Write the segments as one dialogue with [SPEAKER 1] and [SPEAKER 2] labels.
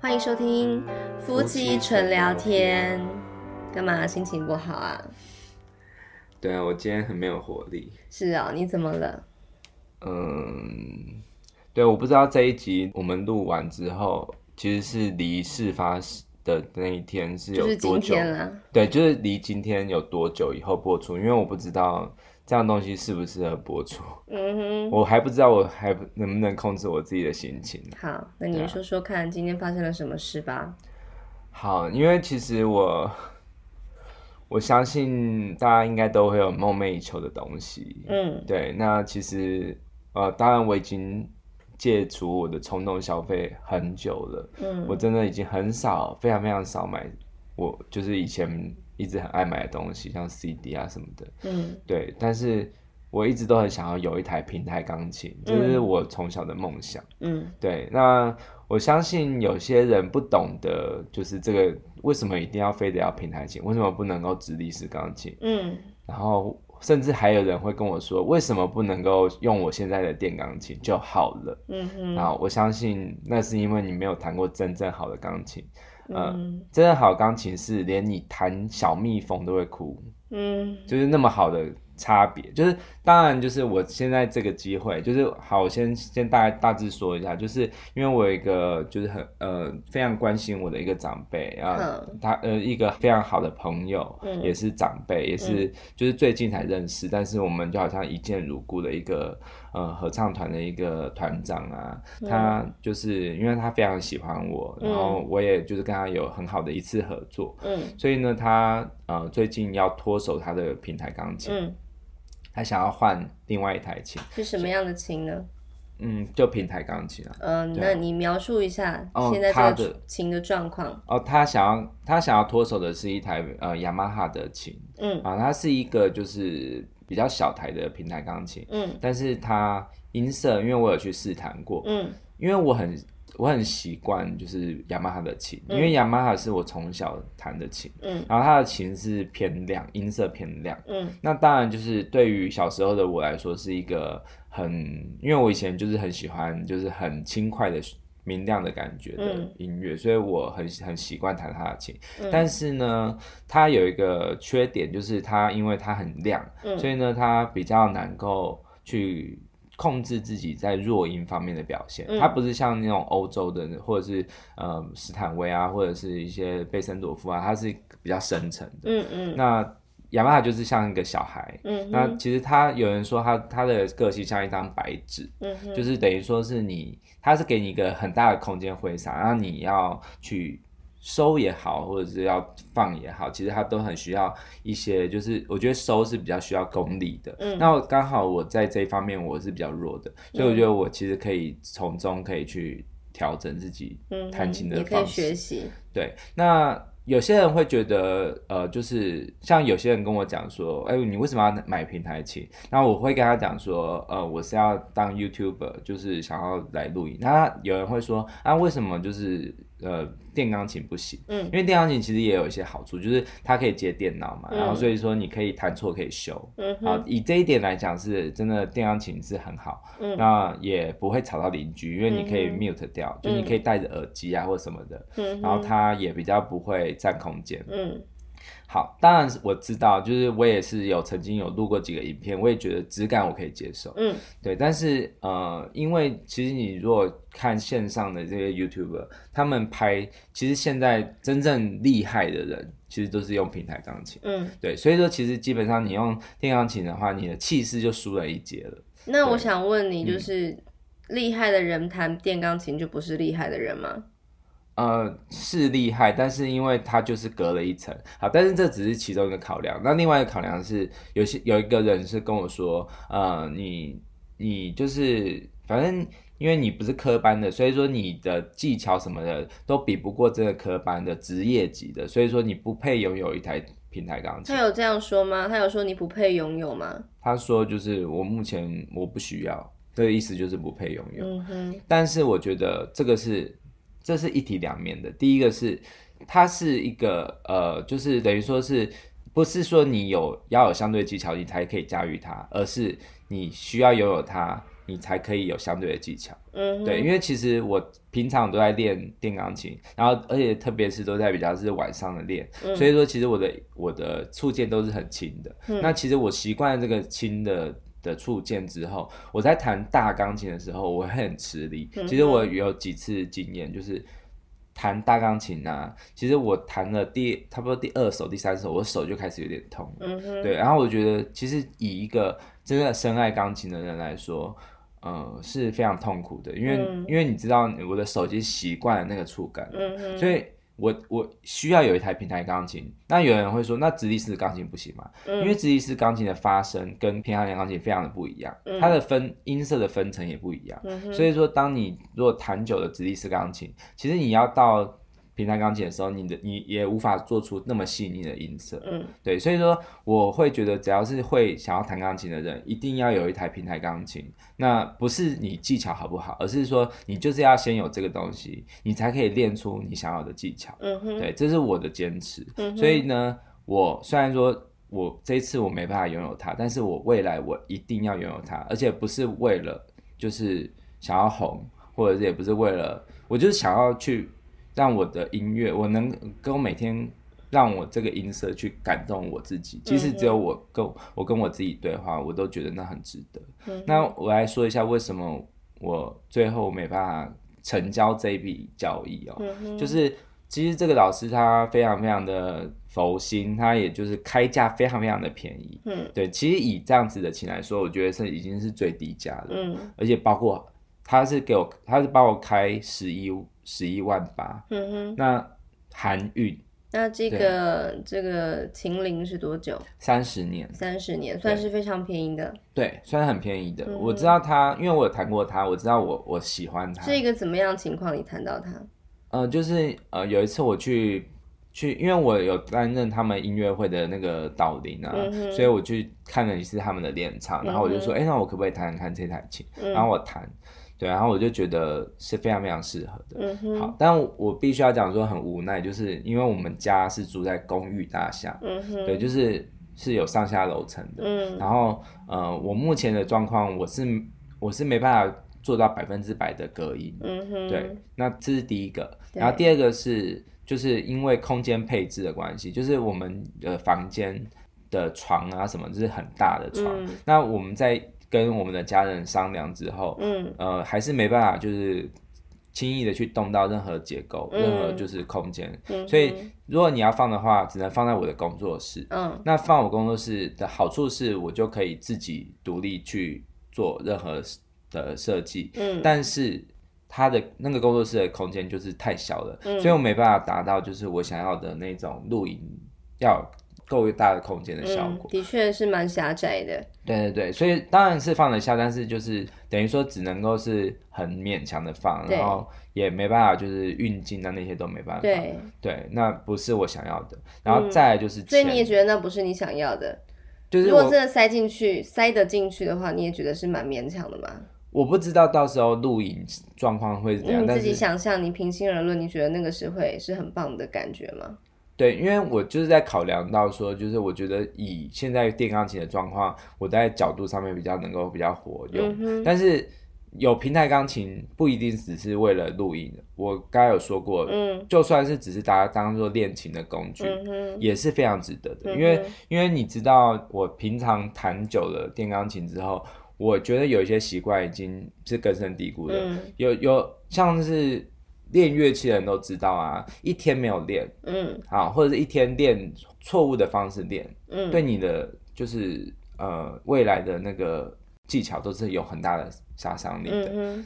[SPEAKER 1] 欢迎收听夫妻纯聊天。干嘛心情不好啊？
[SPEAKER 2] 对啊，我今天很没有活力。
[SPEAKER 1] 是哦，你怎么了？
[SPEAKER 2] 嗯，对，我不知道这一集我们录完之后，其实是离事发的那一天是
[SPEAKER 1] 就是
[SPEAKER 2] 有多
[SPEAKER 1] 今
[SPEAKER 2] 久？
[SPEAKER 1] 天啦，
[SPEAKER 2] 对，就是离今天有多久以后播出？因为我不知道这样东西适不适合播出，
[SPEAKER 1] 嗯哼。
[SPEAKER 2] 我还不知道我还能不能控制我自己的心情。
[SPEAKER 1] 好，那你
[SPEAKER 2] 对啊
[SPEAKER 1] 说说看，今天发生了什么事吧？
[SPEAKER 2] 好，因为其实我我相信大家应该都会有梦寐以求的东西，
[SPEAKER 1] 嗯
[SPEAKER 2] 对，那其实呃，当然我已经戒除我的冲动消费很久了，
[SPEAKER 1] 嗯
[SPEAKER 2] 我真的已经很少，非常非常少买我就是以前一直很爱买的东西，像 CD 啊什么的，
[SPEAKER 1] 嗯
[SPEAKER 2] 对，但是我一直都很想要有一台平台钢琴，这、是
[SPEAKER 1] 嗯
[SPEAKER 2] 我从小的梦想。
[SPEAKER 1] 嗯
[SPEAKER 2] 对，那我相信有些人不懂得，就是这个为什么一定要非得要平台琴，为什么不能够直立式钢琴？
[SPEAKER 1] 嗯
[SPEAKER 2] 然后甚至还有人会跟我说，为什么不能够用我现在的电钢琴就好了？
[SPEAKER 1] 嗯哼，
[SPEAKER 2] 然后我相信那是因为你没有弹过真正好的钢琴。
[SPEAKER 1] 嗯
[SPEAKER 2] 真正好的钢琴是连你弹小蜜蜂都会哭，
[SPEAKER 1] 嗯
[SPEAKER 2] 就是那么好的差别。就是当然，就是我现在这个机会，就是好，我先先大概大致说一下，就是因为我有一个就是很呃非常关心我的一个长辈啊，然后他呃一个非常好的朋友，
[SPEAKER 1] 嗯
[SPEAKER 2] 也是长辈，也是就是最近才认识，但是我们就好像一见如故的一个呃合唱团的一个团长啊，
[SPEAKER 1] 嗯
[SPEAKER 2] 他就是因为他非常喜欢我，然后我也就是跟他有很好的一次合作，
[SPEAKER 1] 嗯
[SPEAKER 2] 所以呢，他呃最近要脱手他的平台钢琴，
[SPEAKER 1] 嗯，
[SPEAKER 2] 他想要换另外一台琴，
[SPEAKER 1] 是什么样的琴呢？
[SPEAKER 2] 嗯，就平台钢琴啊。
[SPEAKER 1] 嗯，
[SPEAKER 2] 对
[SPEAKER 1] 那你描述一下
[SPEAKER 2] 哦
[SPEAKER 1] 现在
[SPEAKER 2] 他
[SPEAKER 1] 这个
[SPEAKER 2] 的
[SPEAKER 1] 琴的状况。
[SPEAKER 2] 哦，他想要他想要脱手的是一台呃雅马哈的琴
[SPEAKER 1] 嗯
[SPEAKER 2] 啊，它是一个就是比较小台的平台钢琴，
[SPEAKER 1] 嗯
[SPEAKER 2] 但是它音色，因为我有去试弹过，
[SPEAKER 1] 嗯
[SPEAKER 2] 因为我很我很习惯就是雅马哈的琴，因为雅马哈是我从小弹的琴，
[SPEAKER 1] 嗯
[SPEAKER 2] 然后它的琴是偏亮，音色偏亮。
[SPEAKER 1] 嗯
[SPEAKER 2] 那当然就是对于小时候的我来说是一个很，因为我以前就是很喜欢就是很轻快的明亮的感觉的
[SPEAKER 1] 嗯
[SPEAKER 2] 音乐，所以我很很习惯弹他的琴。但是呢，它有一个缺点，就是它因为它很亮，
[SPEAKER 1] 嗯
[SPEAKER 2] 所以呢，它比较能够去。控制自己在弱音方面的表现，
[SPEAKER 1] 嗯
[SPEAKER 2] 它不是像那种欧洲的或者是呃斯坦威啊，或者是一些贝森朵夫啊，它是比较深沉的。
[SPEAKER 1] 嗯嗯
[SPEAKER 2] 那雅马哈就是像一个小孩。
[SPEAKER 1] 嗯
[SPEAKER 2] 那
[SPEAKER 1] 哼
[SPEAKER 2] 其实他有人说他他的个性像一张白纸，
[SPEAKER 1] 嗯哼
[SPEAKER 2] 就是等于说是你，他是给你一个很大的空间挥洒，然后你要去收也好，或者是要放也好，其实他都很需要一些，就是我觉得收是比较需要功力的。
[SPEAKER 1] 嗯
[SPEAKER 2] 那我刚好我在这一方面我是比较弱的，所以我觉得我其实可以从中可以去调整自己
[SPEAKER 1] 嗯哼
[SPEAKER 2] 弹琴的
[SPEAKER 1] 也可以
[SPEAKER 2] 方式。
[SPEAKER 1] 学习。
[SPEAKER 2] 对，那有些人会觉得，呃，就是像有些人跟我讲说，哎、你为什么要买平台琴？那我会跟他讲说，呃，我是要当 YouTuber，就是想要来录影。那有人会说，啊，为什么就是呃电钢琴不行？
[SPEAKER 1] 嗯
[SPEAKER 2] 因为电钢琴其实也有一些好处，就是它可以接电脑嘛，
[SPEAKER 1] 嗯
[SPEAKER 2] 然后所以说你可以弹错可以修。
[SPEAKER 1] 嗯
[SPEAKER 2] 好
[SPEAKER 1] 哼，
[SPEAKER 2] 以这一点来讲，是真的电钢琴是很好，
[SPEAKER 1] 嗯
[SPEAKER 2] 那也不会吵到邻居，因为你可以
[SPEAKER 1] 嗯哼
[SPEAKER 2] mute 掉，就你可以戴着耳机啊或什么的，
[SPEAKER 1] 嗯
[SPEAKER 2] 然后
[SPEAKER 1] 哼
[SPEAKER 2] 它也比较不会占空间。
[SPEAKER 1] 嗯
[SPEAKER 2] 好，当然我知道，就是我也是有曾经有录过几个影片，我也觉得质感我可以接受，
[SPEAKER 1] 嗯
[SPEAKER 2] 对。但是呃，因为其实你如果看线上的这些 YouTuber，他们拍，其实现在真正厉害的人，其实都是用平台钢琴，
[SPEAKER 1] 嗯。
[SPEAKER 2] 对。所以说，其实基本上你用电钢琴的话，你的气势就输了一截了。
[SPEAKER 1] 那我
[SPEAKER 2] 对嗯
[SPEAKER 1] 想问你，就是厉害的人弹电钢琴就不是厉害的人
[SPEAKER 2] 嗯
[SPEAKER 1] 吗？
[SPEAKER 2] 呃，是厉害，但是因为它就是隔了一层，好，但是这只是其中一个考量。那另外一个考量是，有些有一个人是跟我说，呃，你你就是反正因为你不是科班的，所以说你的技巧什么的都比不过这个科班的职业级的，所以说你不配拥有一台平台钢琴
[SPEAKER 1] 他。有这样说吗？他有说你不配拥有吗？
[SPEAKER 2] 他说就是我目前我不需要，这个意思就是不配拥有。
[SPEAKER 1] 嗯哼，
[SPEAKER 2] 但是我觉得这个是这是一体两面的。第一个是它是一个呃，就是等于说是不是说你有要有相对技巧你才可以驾驭它，而是你需要拥有它，你才可以有相对的技巧。
[SPEAKER 1] 嗯哼，
[SPEAKER 2] 对，因为其实我平常都在练电钢琴，然后而且特别是都在比较是晚上的练，
[SPEAKER 1] 嗯
[SPEAKER 2] 所以说其实我的我的触键都是很轻的。
[SPEAKER 1] 嗯
[SPEAKER 2] 那其实我习惯了这个轻的。的触键之后，我在弹大钢琴的时候，我会很吃力。
[SPEAKER 1] 嗯哼
[SPEAKER 2] 其实我有几次经验，就是弹大钢琴啊，其实我弹了第差不多第二首、第三首，我手就开始有点痛了。
[SPEAKER 1] 嗯哼，
[SPEAKER 2] 对，然后我觉得其实以一个真的深爱钢琴的人来说，呃，是非常痛苦的，因为、
[SPEAKER 1] 嗯
[SPEAKER 2] 因为你知道我的手机习惯了那个触感，
[SPEAKER 1] 嗯哼，
[SPEAKER 2] 所以我我需要有一台平台钢琴。那有人会说，那直立式钢琴不行吗？
[SPEAKER 1] 嗯
[SPEAKER 2] 因为直立式钢琴的发声跟平常的钢琴非常的不一样，
[SPEAKER 1] 嗯
[SPEAKER 2] 它的分音色的分层也不一样。
[SPEAKER 1] 嗯哼，
[SPEAKER 2] 所以说，当你如果弹久了直立式钢琴，其实你要到平台钢琴的时候，你的你也无法做出那么细腻的音色。
[SPEAKER 1] 嗯
[SPEAKER 2] 对，所以说我会觉得，只要是会想要弹钢琴的人，一定要有一台平台钢琴。那不是你技巧好不好，而是说你就是要先有这个东西，你才可以练出你想要的技巧。
[SPEAKER 1] 嗯哼，
[SPEAKER 2] 对，这是我的坚持。
[SPEAKER 1] 嗯哼，
[SPEAKER 2] 所以呢，我虽然说我这一次我没办法拥有它，但是我未来我一定要拥有它，而且不是为了就是想要红，或者是也不是为了，我就是想要去让我的音乐，我能够每天让我这个音色去感动我自己，
[SPEAKER 1] 嗯
[SPEAKER 2] 即使只有我跟我跟我自己对话，我都觉得那很值得。
[SPEAKER 1] 嗯哼
[SPEAKER 2] 那我来说一下为什么我最后没办法成交这一笔交易哦，
[SPEAKER 1] 嗯哼，
[SPEAKER 2] 就是其实这个老师他非常非常的佛心，他也就是开价非常非常的便宜。
[SPEAKER 1] 嗯
[SPEAKER 2] 对，其实以这样子的琴来说，我觉得是已经是最低价了，
[SPEAKER 1] 嗯
[SPEAKER 2] 而且包括他是给我，他是帮我开十一十一万八，
[SPEAKER 1] 嗯哼，
[SPEAKER 2] 那含运
[SPEAKER 1] 那这个这个秦岭是多久？
[SPEAKER 2] 三十年，
[SPEAKER 1] 三十年，算是非常便宜的，
[SPEAKER 2] 对，算很便宜的。
[SPEAKER 1] 嗯
[SPEAKER 2] 我知道他，因为我有弹过他，我知道我我喜欢他。
[SPEAKER 1] 是一个怎么样情况？你谈到它，
[SPEAKER 2] 呃，就是呃，有一次我去去，因为我有担任他们音乐会的那个导聆啊，
[SPEAKER 1] 嗯哼
[SPEAKER 2] 所以我去看了一次他们的练唱，然后我就说，哎、那我可不可以弹弹看这台琴？
[SPEAKER 1] 嗯
[SPEAKER 2] 然后我弹，对，然后我就觉得是非常非常适合的。
[SPEAKER 1] 嗯哼，
[SPEAKER 2] 好，但我我必须要讲说很无奈，就是因为我们家是住在公寓大厦，
[SPEAKER 1] 嗯哼，
[SPEAKER 2] 对，就是是有上下楼层的，
[SPEAKER 1] 嗯
[SPEAKER 2] 然后呃，我目前的状况我是我是没办法做到百分之百的隔音，
[SPEAKER 1] 嗯哼，
[SPEAKER 2] 对，那这是第一个，
[SPEAKER 1] 对
[SPEAKER 2] 然后第二个是就是因为空间配置的关系，就是我们的房间的床啊什么，就是很大的床。
[SPEAKER 1] 嗯
[SPEAKER 2] 那我们在跟我们的家人商量之后，
[SPEAKER 1] 嗯
[SPEAKER 2] 呃，还是没办法就是轻易的去动到任何结构，
[SPEAKER 1] 嗯
[SPEAKER 2] 任何就是空间。
[SPEAKER 1] 嗯哼，
[SPEAKER 2] 所以如果你要放的话，只能放在我的工作室。
[SPEAKER 1] 嗯
[SPEAKER 2] 那放我工作室的好处是我就可以自己独立去做任何的设计，
[SPEAKER 1] 嗯，
[SPEAKER 2] 但是他的那个工作室的空间就是太小了，
[SPEAKER 1] 嗯
[SPEAKER 2] 所以我没办法达到就是我想要的那种露营要有够大的空间的效
[SPEAKER 1] 嗯
[SPEAKER 2] 果。
[SPEAKER 1] 的确是蛮狭窄的，
[SPEAKER 2] 对对对，所以当然是放得下，但是就是等于说只能够是很勉强的放，
[SPEAKER 1] 对
[SPEAKER 2] 然后也没办法就是运镜啊那些都没办法。
[SPEAKER 1] 对，嗯
[SPEAKER 2] 对那不是我想要的。然后再来就是
[SPEAKER 1] 所以
[SPEAKER 2] 钱，
[SPEAKER 1] 你也觉得那不是你想要的。
[SPEAKER 2] 就是
[SPEAKER 1] 如果
[SPEAKER 2] 我
[SPEAKER 1] 真的塞进去，塞得进去的话，你也觉得是蛮勉强的嘛？嗯
[SPEAKER 2] 我不知道到时候露营状况会是怎样，
[SPEAKER 1] 你
[SPEAKER 2] 啊但
[SPEAKER 1] 自
[SPEAKER 2] 是
[SPEAKER 1] 己想象，你平心而论，你觉得那个是会是很棒的感觉吗？
[SPEAKER 2] 对，因为我就是在考量到说，就是我觉得以现在电钢琴的状况，我在角度上面比较能够比较活用，
[SPEAKER 1] 嗯
[SPEAKER 2] 但是有平台钢琴不一定只是为了录音，我刚才有说过，
[SPEAKER 1] 嗯
[SPEAKER 2] 就算是只是大家当做练琴的工具。
[SPEAKER 1] 嗯哼，
[SPEAKER 2] 也是非常值得的，
[SPEAKER 1] 嗯哼
[SPEAKER 2] 因为因为你知道，我平常弹久了电钢琴之后，我觉得有一些习惯已经是根深蒂固的，
[SPEAKER 1] 嗯
[SPEAKER 2] 有有像是练乐器的人都知道啊，一天没有练，
[SPEAKER 1] 嗯
[SPEAKER 2] 啊，或者是一天练错误的方式练，
[SPEAKER 1] 嗯，
[SPEAKER 2] 对你的就是呃未来的那个技巧都是有很大的杀伤力的。
[SPEAKER 1] 嗯哼，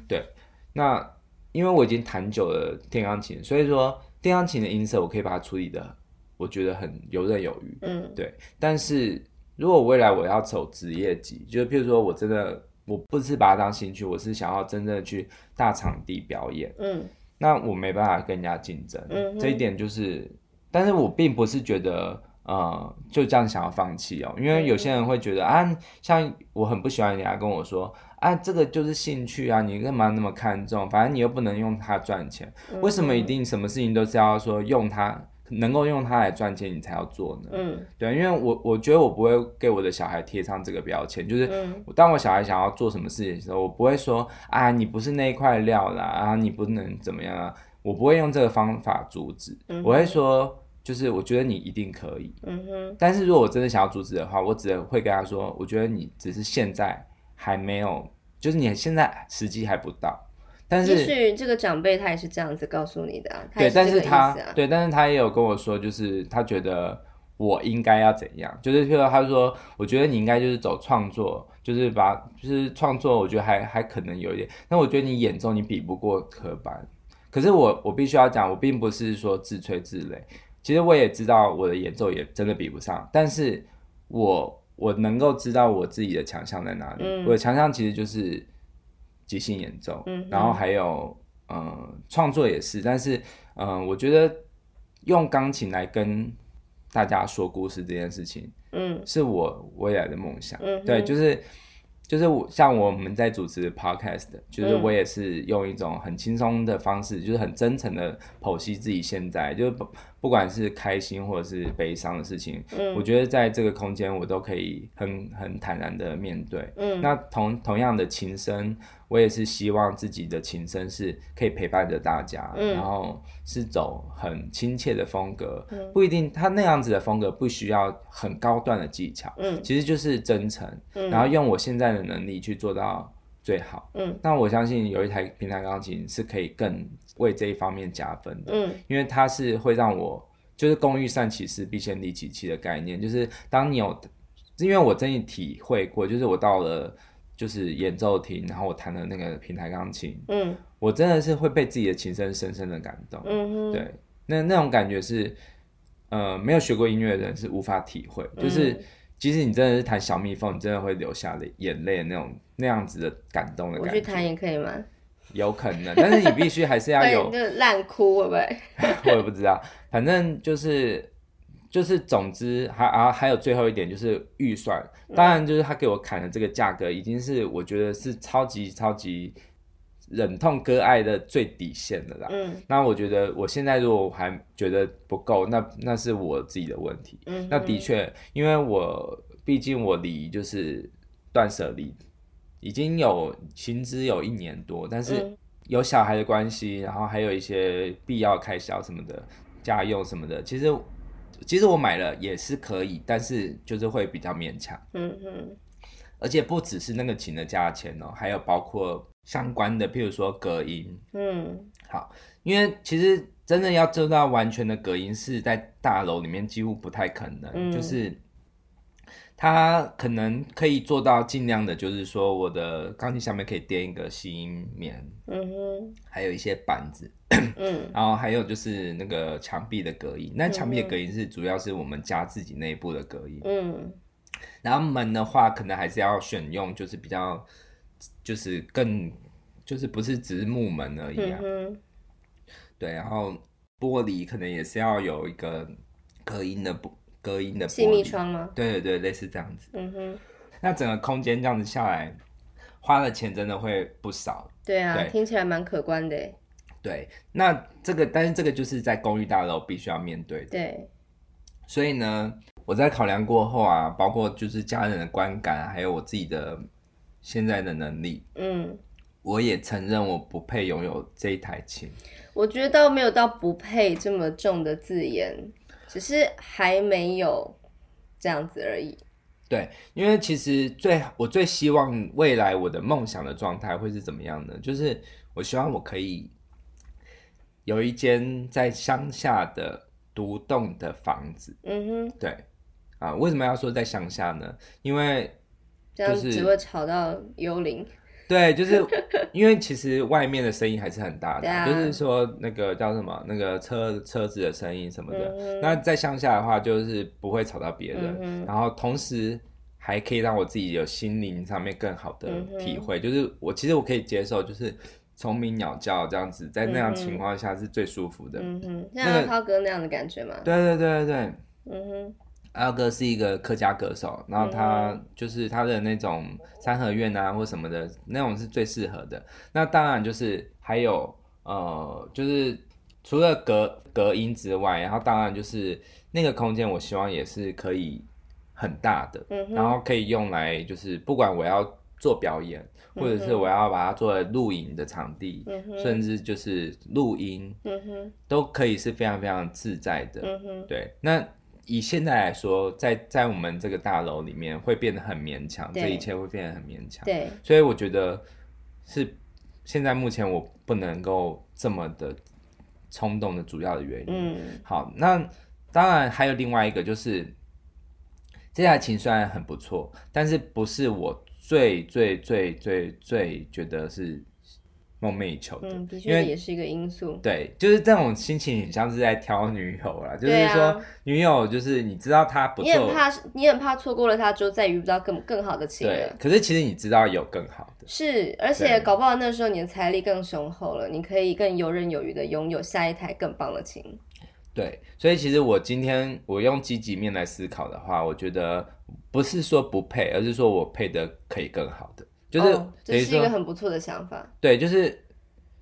[SPEAKER 2] 那因为我已经弹久了电钢琴，所以说电钢琴的音色我可以把它处理的，我觉得很游刃有余。
[SPEAKER 1] 嗯
[SPEAKER 2] 对，但是如果未来我要走职业级，就是譬如说我真的我不是把它当兴趣，我是想要真正的去大场地表演。
[SPEAKER 1] 嗯
[SPEAKER 2] 那我没办法跟人家竞争，
[SPEAKER 1] 嗯哼
[SPEAKER 2] 这一点就是，但是我并不是觉得呃就这样想要放弃哦，因为有些人会觉得啊，像我很不喜欢人家跟我说啊，这个就是兴趣啊，你干嘛那
[SPEAKER 1] 嗯
[SPEAKER 2] 么看重？反正你又不能用它赚钱，为什么一定什么事情都是要说用它？能够用它来赚钱，你才要做呢？
[SPEAKER 1] 嗯
[SPEAKER 2] 对，因为我我觉得我不会给我的小孩贴上这个标签，就是
[SPEAKER 1] 嗯
[SPEAKER 2] 当我小孩想要做什么事情的时候，我不会说啊你不是那一块料啦，啊你不能怎么样啊，我不会用这个方法阻止，
[SPEAKER 1] 嗯哼
[SPEAKER 2] 我会说就是我觉得你一定可以，
[SPEAKER 1] 嗯哼，
[SPEAKER 2] 但是如果我真的想要阻止的话，我只会跟他说，我觉得你只是现在还没有，就是你现在时机还不到，但
[SPEAKER 1] 也
[SPEAKER 2] 是
[SPEAKER 1] 许这个长辈他也是这样子告诉你的啊，他也
[SPEAKER 2] 对，但
[SPEAKER 1] 这个
[SPEAKER 2] 是
[SPEAKER 1] 意思
[SPEAKER 2] 他
[SPEAKER 1] 啊，
[SPEAKER 2] 对，但是他也有跟我说，就是他觉得我应该要怎样，就是譬如他说，我觉得你应该就是走创作，就是把就是创作，我觉得还还可能有一点，但我觉得你演奏你比不过科班，可是我我必须要讲，我并不是说自吹自擂，其实我也知道我的演奏也真的比不上，但是我我能够知道我自己的强项在哪里，
[SPEAKER 1] 嗯
[SPEAKER 2] 我的强项其实就是即兴演奏，
[SPEAKER 1] 嗯哼
[SPEAKER 2] 然后还有呃创作也是，但是呃我觉得用钢琴来跟大家说故事这件事情，
[SPEAKER 1] 嗯
[SPEAKER 2] 是我未来的梦想。
[SPEAKER 1] 嗯哼
[SPEAKER 2] 对，就是就是我像我们在主持 podcast，就是
[SPEAKER 1] 嗯
[SPEAKER 2] 我也是用一种很轻松的方式，就是很真诚的剖析自己现在，就是不不管是开心或者是悲伤的事情，
[SPEAKER 1] 嗯，
[SPEAKER 2] 我觉得在这个空间我都可以很很坦然的面对。
[SPEAKER 1] 嗯
[SPEAKER 2] 那同同样的琴声，我也是希望自己的琴声是可以陪伴着大家，
[SPEAKER 1] 嗯
[SPEAKER 2] 然后是走很亲切的风格，
[SPEAKER 1] 嗯
[SPEAKER 2] 不一定他那样子的风格不需要很高段的技巧，
[SPEAKER 1] 嗯
[SPEAKER 2] 其实就是真诚，
[SPEAKER 1] 嗯，
[SPEAKER 2] 然后用我现在的能力去做到最好。
[SPEAKER 1] 嗯
[SPEAKER 2] 那我相信有一台平台钢琴是可以更为这一方面加分的。
[SPEAKER 1] 嗯
[SPEAKER 2] 因为它是会让我就是“工欲善其事，必先利其器”的概念，就是当你有，因为我真的体会过，就是我到了就是演奏厅，然后我弹的那个平台钢琴，
[SPEAKER 1] 嗯
[SPEAKER 2] 我真的是会被自己的琴声深深的感动。
[SPEAKER 1] 嗯哼，
[SPEAKER 2] 对，那那种感觉是，呃，没有学过音乐的人是无法体会，就是。
[SPEAKER 1] 嗯
[SPEAKER 2] 即使你真的是弹小蜜蜂，你真的会流下泪眼泪的那种那样子的感动的
[SPEAKER 1] 我
[SPEAKER 2] 感
[SPEAKER 1] 去
[SPEAKER 2] 觉，
[SPEAKER 1] 弹也可以吗？
[SPEAKER 2] 有可能，但是你必须还是要
[SPEAKER 1] 会
[SPEAKER 2] 有
[SPEAKER 1] 就烂哭会不会？
[SPEAKER 2] 我也不知道，反正就是就是，总之还啊还有最后一点就是预算，当然就是他给我砍的这个价格已经是我觉得是超级超级忍痛割爱的最底线的啦。
[SPEAKER 1] 嗯
[SPEAKER 2] 那我觉得我现在如果我还觉得不够，那那是我自己的问题。
[SPEAKER 1] 嗯哼，
[SPEAKER 2] 那的确，因为我毕竟我离就是断舍离已经有薪资有一年多，但是
[SPEAKER 1] 嗯
[SPEAKER 2] 有小孩的关系，然后还有一些必要开销什么的，家用什么的，其实其实我买了也是可以，但是就是会比较勉强，
[SPEAKER 1] 嗯哼
[SPEAKER 2] 而且不只是那个琴的价钱哦，还有包括相关的，譬如说隔音，
[SPEAKER 1] 嗯
[SPEAKER 2] 因为其实真的要做到完全的隔音是在大楼里面几乎不太可能，
[SPEAKER 1] 嗯
[SPEAKER 2] 就是它可能可以做到尽量的，就是说我的钢琴下面可以垫一个吸音棉，
[SPEAKER 1] 嗯哼
[SPEAKER 2] 还有一些板子，
[SPEAKER 1] 嗯
[SPEAKER 2] 然后还有就是那个墙壁的隔音。那墙壁的隔音是主要是我们家自己内部的隔音，
[SPEAKER 1] 嗯
[SPEAKER 2] 然后门的话可能还是要选用就是比较就是更就是不是只是木门而已啊
[SPEAKER 1] 嗯，哼
[SPEAKER 2] 对，然后玻璃可能也是要有一个隔音的玻隔音的玻
[SPEAKER 1] 细密
[SPEAKER 2] 璃，
[SPEAKER 1] 窗吗？
[SPEAKER 2] 对对对，类似这样子。
[SPEAKER 1] 嗯哼，
[SPEAKER 2] 那整个空间这样子下来，花的钱真的会不少。
[SPEAKER 1] 对啊，
[SPEAKER 2] 对
[SPEAKER 1] 听起来蛮可观的耶。
[SPEAKER 2] 对，那这个但是这个就是在公寓大楼必须要面对的。
[SPEAKER 1] 对，
[SPEAKER 2] 所以呢，我在考量过后啊，包括就是家人的观感，还有我自己的现在的能力，
[SPEAKER 1] 嗯，
[SPEAKER 2] 我也承认我不配拥有这一台琴。
[SPEAKER 1] 我觉得倒没有到不配这么重的字眼，只是还没有这样子而已。
[SPEAKER 2] 对，因为其实最我最希望未来我的梦想的状态会是怎么样呢？就是我希望我可以有一间在乡下的独栋的房子。
[SPEAKER 1] 嗯哼，
[SPEAKER 2] 对，啊，为什么要说在乡下呢？因为
[SPEAKER 1] 这样
[SPEAKER 2] 就是
[SPEAKER 1] 只会吵到幽灵。嗯
[SPEAKER 2] 对，就是 因为其实外面的声音还是很大的，
[SPEAKER 1] 对啊
[SPEAKER 2] 就是说那个叫什么，那个车车子的声音什么的。
[SPEAKER 1] 嗯
[SPEAKER 2] 那在乡下的话，就是不会吵到别人，
[SPEAKER 1] 嗯哼
[SPEAKER 2] 然后同时还可以让我自己有心灵上面更好的
[SPEAKER 1] 嗯哼
[SPEAKER 2] 体会。就是我其实我可以接受，就是虫鸣鸟叫这样子，在那样情况下是最舒服的。
[SPEAKER 1] 嗯哼，
[SPEAKER 2] 那
[SPEAKER 1] 像
[SPEAKER 2] 个
[SPEAKER 1] 涛哥那样的感觉嘛。
[SPEAKER 2] 对对对对对。
[SPEAKER 1] 嗯哼，
[SPEAKER 2] 阿哥是一个客家歌手，然后他
[SPEAKER 1] 嗯
[SPEAKER 2] 就是他的那种三合院啊或什么的那种是最适合的。那当然就是还有呃，就是除了隔隔音之外，然后当然就是那个空间，我希望也是可以很大的，
[SPEAKER 1] 嗯哼
[SPEAKER 2] 然后可以用来就是不管我要做表演，或者是我要把它作为露营的场地，
[SPEAKER 1] 嗯哼，
[SPEAKER 2] 甚至就是录音，
[SPEAKER 1] 嗯哼，
[SPEAKER 2] 都可以是非常非常自在的。
[SPEAKER 1] 嗯哼，
[SPEAKER 2] 对，那以现在来说，在在我们这个大楼里面会变得很勉强，
[SPEAKER 1] 对
[SPEAKER 2] 这一切会变得很勉强。
[SPEAKER 1] 对，
[SPEAKER 2] 所以我觉得是现在目前我不能够这么的冲动的主要的原因。
[SPEAKER 1] 嗯
[SPEAKER 2] 好，那当然还有另外一个就是，这台琴虽然很不错，但是不是我最最最最最觉得是梦寐以求的，
[SPEAKER 1] 嗯，的
[SPEAKER 2] 因
[SPEAKER 1] 确
[SPEAKER 2] 为
[SPEAKER 1] 也是一个因素。
[SPEAKER 2] 对，就是这种心情很像是在挑女友啦，就是
[SPEAKER 1] 对啊
[SPEAKER 2] 说、女友就是你知道她不
[SPEAKER 1] 你很
[SPEAKER 2] 错，
[SPEAKER 1] 怕，你很怕错过了他之后再遇不到更更好的情
[SPEAKER 2] 对
[SPEAKER 1] 人，，
[SPEAKER 2] 可是其实你知道有更好的，
[SPEAKER 1] 是，而且
[SPEAKER 2] 对
[SPEAKER 1] 搞不好那时候你的财力更雄厚了，你可以更游刃有余的拥有下一台更棒的琴。
[SPEAKER 2] 对，所以其实我今天我用积极面来思考的话，我觉得不是说不配，而是说我配的可以更好的，就是、
[SPEAKER 1] 哦
[SPEAKER 2] 等
[SPEAKER 1] 这
[SPEAKER 2] 于
[SPEAKER 1] 是一个
[SPEAKER 2] 说
[SPEAKER 1] 很不错的想法。
[SPEAKER 2] 对，就是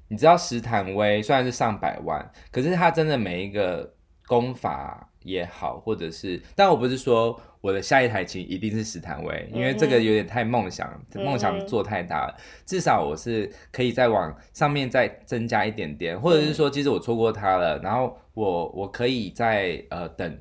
[SPEAKER 2] 你知道斯坦威虽然是上百万，可是他真的每一个功法也好，或者是，但我不是说我的下一台琴一定是斯坦威，因为这个有点太梦想，
[SPEAKER 1] 嗯嗯哼
[SPEAKER 2] 梦想做太大了。至少我是可以再往上面再增加一点点，或者是说，
[SPEAKER 1] 嗯
[SPEAKER 2] 即使我错过它了，然后我我可以再呃等。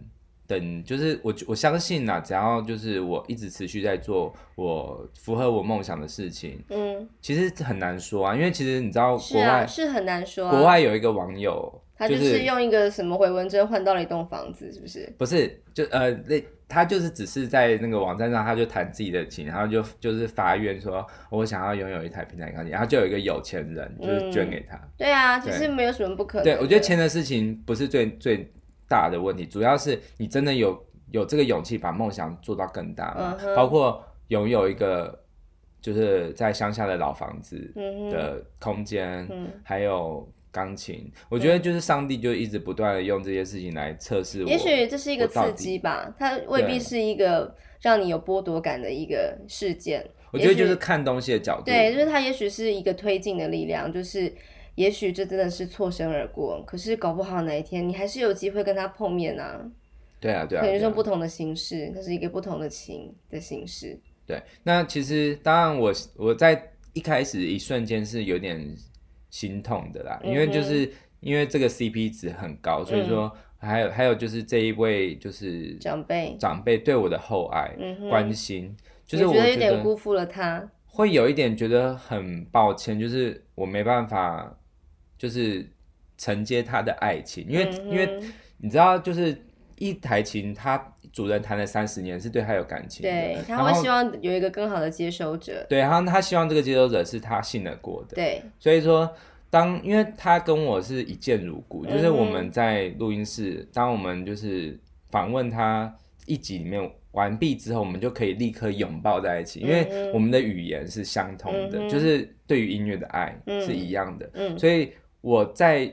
[SPEAKER 2] 等，就是我我相信呐、只要就是我一直持续在做我符合我梦想的事情，
[SPEAKER 1] 嗯，
[SPEAKER 2] 其实很难说啊，因为其实你知道
[SPEAKER 1] 是
[SPEAKER 2] 国外、
[SPEAKER 1] 啊，是很难说、啊。
[SPEAKER 2] 国外有一个网友，
[SPEAKER 1] 他就是是用一个什么回纹针换到了一栋房子，是不是？
[SPEAKER 2] 不是就呃那。他就是只是在那个网站上，他就弹自己的琴，然后就就是发愿说，我想要拥有一台平台钢琴，然后就有一个有钱人
[SPEAKER 1] 嗯
[SPEAKER 2] 就是捐给他。
[SPEAKER 1] 对啊，
[SPEAKER 2] 对
[SPEAKER 1] 其实没有什么不可能的。
[SPEAKER 2] 对我觉得钱的事情不是最最大的问题，主要是你真的有有这个勇气把梦想做到更大嘛
[SPEAKER 1] 嗯哼
[SPEAKER 2] 包括拥有一个就是在乡下的老房子，
[SPEAKER 1] 嗯哼，
[SPEAKER 2] 的空间，
[SPEAKER 1] 嗯
[SPEAKER 2] 还有钢琴，我觉得就是上帝就一直不断的用这些事情来测试我。
[SPEAKER 1] 也许这是一个刺激吧，它未必
[SPEAKER 2] 对
[SPEAKER 1] 是一个让你有剥夺感的一个事件。
[SPEAKER 2] 我觉得就
[SPEAKER 1] 也
[SPEAKER 2] 是
[SPEAKER 1] 许
[SPEAKER 2] 看东西的角度。
[SPEAKER 1] 对，就是它也许是一个推进的力量，就是也许这真的是错身而过，可是搞不好哪一天你还是有机会跟他碰面啊，
[SPEAKER 2] 对啊，对啊，
[SPEAKER 1] 可能是
[SPEAKER 2] 对啊
[SPEAKER 1] 用不同的形式，它是一个不同的情的形式。
[SPEAKER 2] 对。那其实当然我，我在一开始一瞬间是有点心痛的啦，因
[SPEAKER 1] 嗯
[SPEAKER 2] 为就是因为这个 CP 值很高，所以说还有、还有就是这一位就是
[SPEAKER 1] 长辈，
[SPEAKER 2] 长辈对我的厚爱、
[SPEAKER 1] 嗯哼，
[SPEAKER 2] 关心，就
[SPEAKER 1] 你
[SPEAKER 2] 是我
[SPEAKER 1] 觉得有点辜负了他，
[SPEAKER 2] 会有一点觉得很抱歉，就是我没办法，就是承接他的爱情，因为、因为
[SPEAKER 1] 嗯哼
[SPEAKER 2] 你知道，就是一台琴，他主人弹了三十年，是对他有感情的，
[SPEAKER 1] 对他
[SPEAKER 2] 然
[SPEAKER 1] 会
[SPEAKER 2] 后
[SPEAKER 1] 希望有一个更好的接收者，
[SPEAKER 2] 对，然后他希望这个接收者是他信得过的，
[SPEAKER 1] 对，
[SPEAKER 2] 所以说。当因为他跟我是一见如故，就是
[SPEAKER 1] 嗯哼
[SPEAKER 2] 我们在录音室，当我们就是访问他一集里面完毕之后，我们就可以立刻拥抱在一起，因为
[SPEAKER 1] 嗯哼
[SPEAKER 2] 我们的语言是相通
[SPEAKER 1] 嗯
[SPEAKER 2] 的，
[SPEAKER 1] 哼
[SPEAKER 2] 就是对于音乐的爱
[SPEAKER 1] 嗯
[SPEAKER 2] 是一样的。
[SPEAKER 1] 嗯
[SPEAKER 2] 所以我在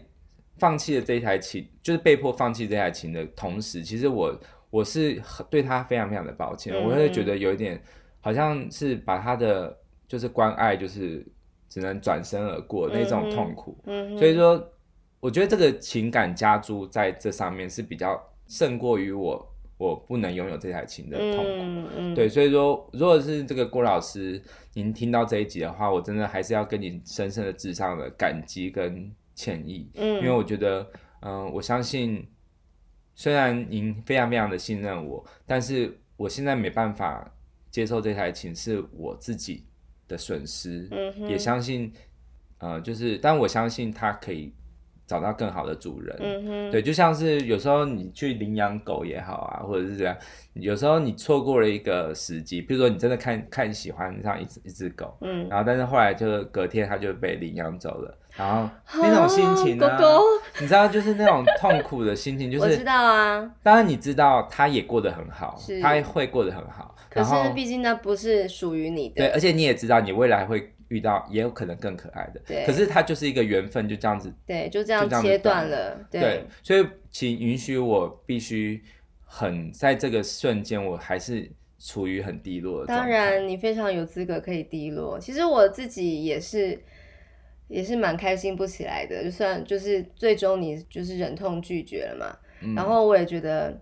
[SPEAKER 2] 放弃了这一台琴，就是被迫放弃这台琴的同时，其实我我是很对他非常非常的抱歉，
[SPEAKER 1] 嗯
[SPEAKER 2] 我会觉得有一点好像是把他的就是关爱就是只能转身而过那种
[SPEAKER 1] 嗯哼
[SPEAKER 2] 痛苦。
[SPEAKER 1] 嗯哼，
[SPEAKER 2] 所以说，我觉得这个情感加诸在这上面是比较胜过于我我不能拥有这台琴的痛苦。
[SPEAKER 1] 嗯嗯，
[SPEAKER 2] 对，所以说，如果是这个郭老师，您听到这一集的话，我真的还是要跟你深深的致上的感激跟歉意，
[SPEAKER 1] 嗯，
[SPEAKER 2] 因为我觉得，嗯、我相信，虽然您非常非常的信任我，但是我现在没办法接受这台琴是我自己的损失，
[SPEAKER 1] 嗯哼
[SPEAKER 2] 也相信，呃，就是，但我相信它可以找到更好的主人，
[SPEAKER 1] 嗯哼，
[SPEAKER 2] 对，就像是有时候你去领养狗也好啊，或者是这样，有时候你错过了一个时机，比如说你真的看看喜欢上一只一只狗，
[SPEAKER 1] 嗯，
[SPEAKER 2] 然后但是后来就隔天它就被领养走了，然后那种心情呢、
[SPEAKER 1] 啊狗狗，
[SPEAKER 2] 你知道就是那种痛苦的心情，就
[SPEAKER 1] 我知
[SPEAKER 2] 是
[SPEAKER 1] 道啊，
[SPEAKER 2] 当然你知道它也过得很好
[SPEAKER 1] 是，
[SPEAKER 2] 它会过得很好，
[SPEAKER 1] 可
[SPEAKER 2] 然后
[SPEAKER 1] 是毕竟那不是属于你
[SPEAKER 2] 对，
[SPEAKER 1] 的，
[SPEAKER 2] 而且你也知道你未来会遇到也有可能更可爱的，
[SPEAKER 1] 对
[SPEAKER 2] 可是它就是一个缘分，就这样子
[SPEAKER 1] 对，就这
[SPEAKER 2] 就
[SPEAKER 1] 样
[SPEAKER 2] 这样
[SPEAKER 1] 切
[SPEAKER 2] 子断
[SPEAKER 1] 断了，
[SPEAKER 2] 对，，所以请允许我必须很在这个瞬间，我还是处于很低落的状
[SPEAKER 1] 当
[SPEAKER 2] 态。
[SPEAKER 1] 然，你非常有资格可以低落。其实我自己也是也是蛮开心不起来的。就算就是最终你就是忍痛拒绝了嘛，
[SPEAKER 2] 嗯
[SPEAKER 1] 然后我也觉得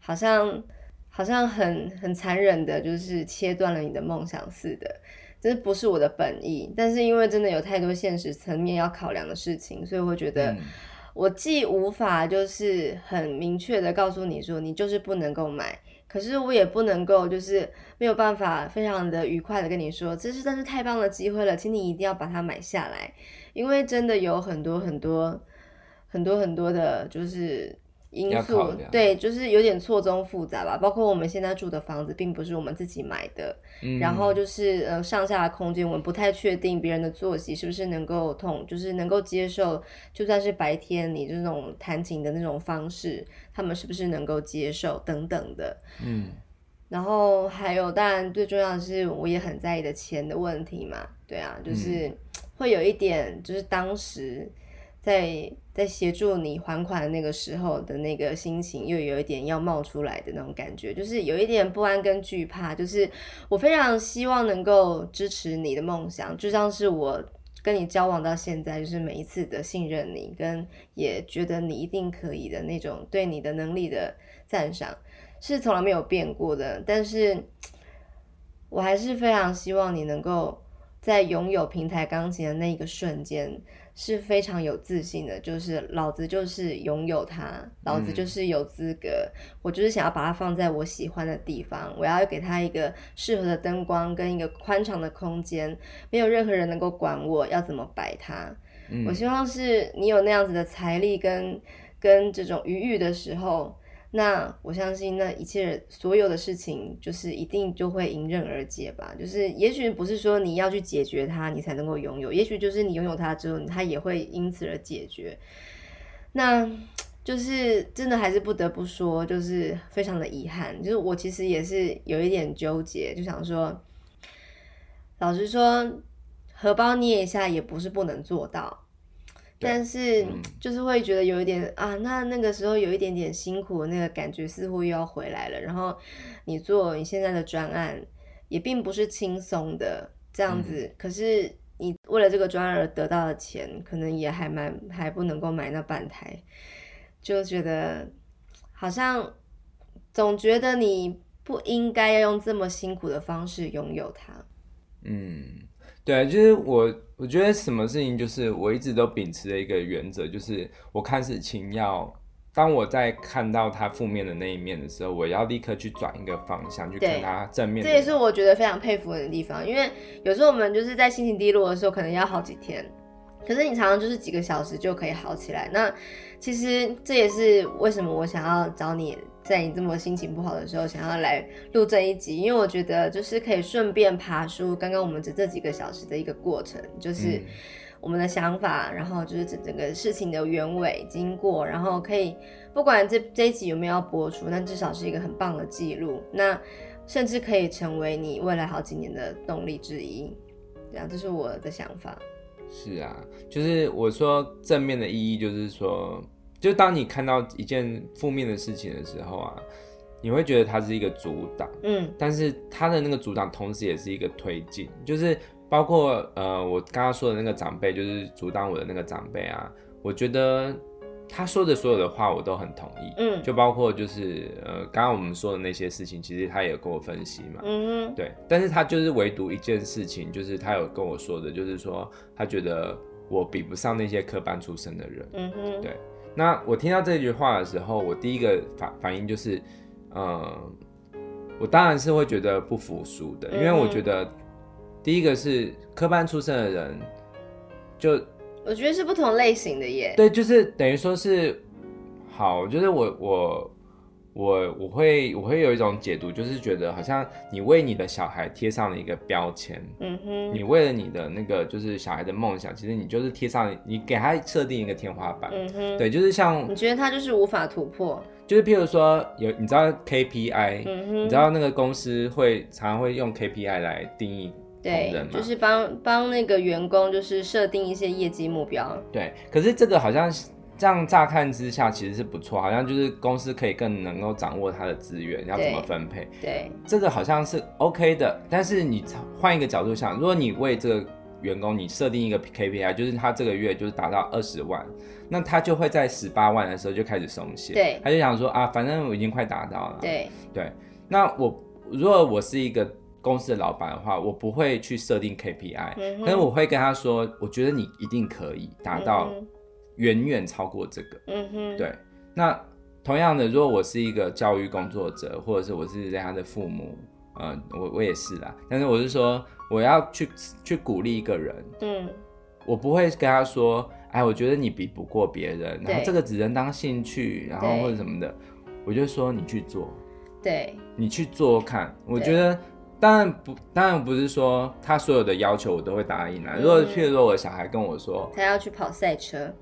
[SPEAKER 1] 好像好像很很残忍的，就是切断了你的梦想似的。这不是我的本意，但是因为真的有太多现实层面要考量的事情，所以我觉得
[SPEAKER 2] 嗯
[SPEAKER 1] 我既无法就是很明确的告诉你说你就是不能够买，可是我也不能够就是没有办法非常的愉快的跟你说，这是真是太棒的机会了，请你一定要把它买下来，因为真的有很多很多很多很多的，就是。因
[SPEAKER 2] 要考
[SPEAKER 1] 素
[SPEAKER 2] 量
[SPEAKER 1] 对，就是有点错综复杂吧。包括我们现在住的房子，并不是我们自己买的，
[SPEAKER 2] 嗯
[SPEAKER 1] 然后就是呃上下的空间，我们不太确定别人的作息是不是能够同，就是能够接受，就算是白天你这种弹琴的那种方式，他们是不是能够接受等等的。
[SPEAKER 2] 嗯
[SPEAKER 1] 然后还有，当然最重要的是，我也很在意的钱的问题嘛，对啊，就是会有一点，就是当时在在协助你还款的那个时候的那个心情，又有一点要冒出来的那种感觉，就是有一点不安跟惧怕，就是我非常希望能够支持你的梦想，就像是我。跟你交往到现在，就是每一次的信任你，跟也觉得你一定可以的那种对你的能力的赞赏，是从来没有变过的，但是我还是非常希望你能够在拥有平台钢琴的那一个瞬间是非常有自信的，就是老子就是拥有它，老子就是有资格，我就是想要把它放在我喜欢的地方，我要给它一个适合的灯光跟一个宽敞的空间，没有任何人能够管我要怎么摆它。
[SPEAKER 2] 嗯
[SPEAKER 1] 我希望是你有那样子的财力跟跟这种余裕的时候，那我相信那一切所有的事情就是一定就会迎刃而解吧。就是也许不是说你要去解决它，你才能够拥有，也许就是你拥有它之后，它也会因此而解决。那就是真的还是不得不说，就是非常的遗憾。就是我其实也是有一点纠结，就想说，老实说，荷包捏一下也不是不能做到，
[SPEAKER 2] 对
[SPEAKER 1] 但是
[SPEAKER 2] 嗯
[SPEAKER 1] 就是会觉得有一点啊，那那个时候有一点点辛苦，那个感觉似乎又要回来了。然后你做你现在的专案，也并不是轻松的这样子，可是。你为了这个专案而得到的钱，可能也还蛮还不能够买那半台，就觉得好像总觉得你不应该要用这么辛苦的方式拥有它。
[SPEAKER 2] 嗯，对，就是我，我觉得什么事情，就是我一直都秉持的一个原则，就是我看事情要，当我在看到它负面的那一面的时候，我要立刻去转一个方向，去看
[SPEAKER 1] 对
[SPEAKER 2] 它正面
[SPEAKER 1] 这
[SPEAKER 2] 的。
[SPEAKER 1] 也是我觉得非常佩服你的地方，因为有时候我们就是在心情低落的时候，可能要好几天，可是你常常就是几个小时就可以好起来。那其实这也是为什么我想要找你，在你这么心情不好的时候，想要来录这一集，因为我觉得就是可以顺便爬书刚刚我们这这几个小时的一个过程，就是。
[SPEAKER 2] 嗯
[SPEAKER 1] 我们的想法，然后就是整整个事情的原委经过，然后可以不管这这一集有没有要播出，但至少是一个很棒的记录。那甚至可以成为你未来好几年的动力之一。这样，这是我的想法。
[SPEAKER 2] 是啊，就是我说正面的意义，就是说，就当你看到一件负面的事情的时候啊，你会觉得它是一个阻挡。
[SPEAKER 1] 嗯
[SPEAKER 2] 但是他的那个组长同时也是一个推进，就是包括呃我刚刚说的那个长辈，就是阻挡我的那个长辈啊，我觉得他说的所有的话我都很同意，
[SPEAKER 1] 嗯
[SPEAKER 2] 就包括就是呃刚刚我们说的那些事情，其实他也有跟我分析嘛，
[SPEAKER 1] 嗯
[SPEAKER 2] 对，但是他就是唯独一件事情，就是他有跟我说的，就是说他觉得我比不上那些科班出身的人，
[SPEAKER 1] 哼嗯哼，
[SPEAKER 2] 对那我听到这句话的时候，我第一个反反应就是，嗯，我当然是会觉得不服输的，因为我觉得第一个是科班出身的人，就
[SPEAKER 1] 我觉得是不同类型的耶。
[SPEAKER 2] 对，就是等于说是好，就是我我我我会我会有一种解读，就是觉得好像你为你的小孩贴上了一个标签，
[SPEAKER 1] 嗯哼，
[SPEAKER 2] 你为了你的那个就是小孩的梦想，其实你就是贴上你给他设定一个天花板，
[SPEAKER 1] 嗯哼，
[SPEAKER 2] 对，就是像
[SPEAKER 1] 你觉得他就是无法突破？
[SPEAKER 2] 就是譬如说有你知道 KPI，、
[SPEAKER 1] 嗯
[SPEAKER 2] 你
[SPEAKER 1] 哼，
[SPEAKER 2] 知道那个公司会常常会用 KPI 来定义同仁
[SPEAKER 1] 对
[SPEAKER 2] 嘛？，
[SPEAKER 1] 就是帮帮那个员工，就是设定一些业绩目标。
[SPEAKER 2] 对。可是这个好像是这样乍看之下其实是不错，好像就是公司可以更能够掌握它的资源，要怎么
[SPEAKER 1] 对
[SPEAKER 2] 分配，
[SPEAKER 1] 对，
[SPEAKER 2] 这个好像是 OK 的。但是你换一个角度想，如果你为这个员工，你设定一个 KPI，就是他这个月就是达到二十万，那他就会在十八万的时候就开始松懈，
[SPEAKER 1] 对
[SPEAKER 2] 他就想说啊，反正我已经快达到了，
[SPEAKER 1] 对，
[SPEAKER 2] 对，那我如果我是一个公司的老板的话，我不会去设定 KPI，、
[SPEAKER 1] 嗯哼
[SPEAKER 2] 哎但是我会跟他说，我觉得你一定可以达到
[SPEAKER 1] 嗯哼
[SPEAKER 2] 远远超过这个。
[SPEAKER 1] 嗯哼，
[SPEAKER 2] 对，那同样的，如果我是一个教育工作者，或者是我是人家的父母，呃，我我也是啦。但是我是说，我要去去鼓励一个人，
[SPEAKER 1] 嗯
[SPEAKER 2] 我不会跟他说，哎，我觉得你比不过别人，然后
[SPEAKER 1] 对
[SPEAKER 2] 这个只能当兴趣，然后
[SPEAKER 1] 对
[SPEAKER 2] 或者什么的，我就说你去做。
[SPEAKER 1] 对
[SPEAKER 2] 你去做看。我
[SPEAKER 1] 对
[SPEAKER 2] 觉得，当然不，当然不是说他所有的要求我都会答应啦。
[SPEAKER 1] 嗯
[SPEAKER 2] 如果譬如说我小孩跟我说，
[SPEAKER 1] 他要去跑赛车，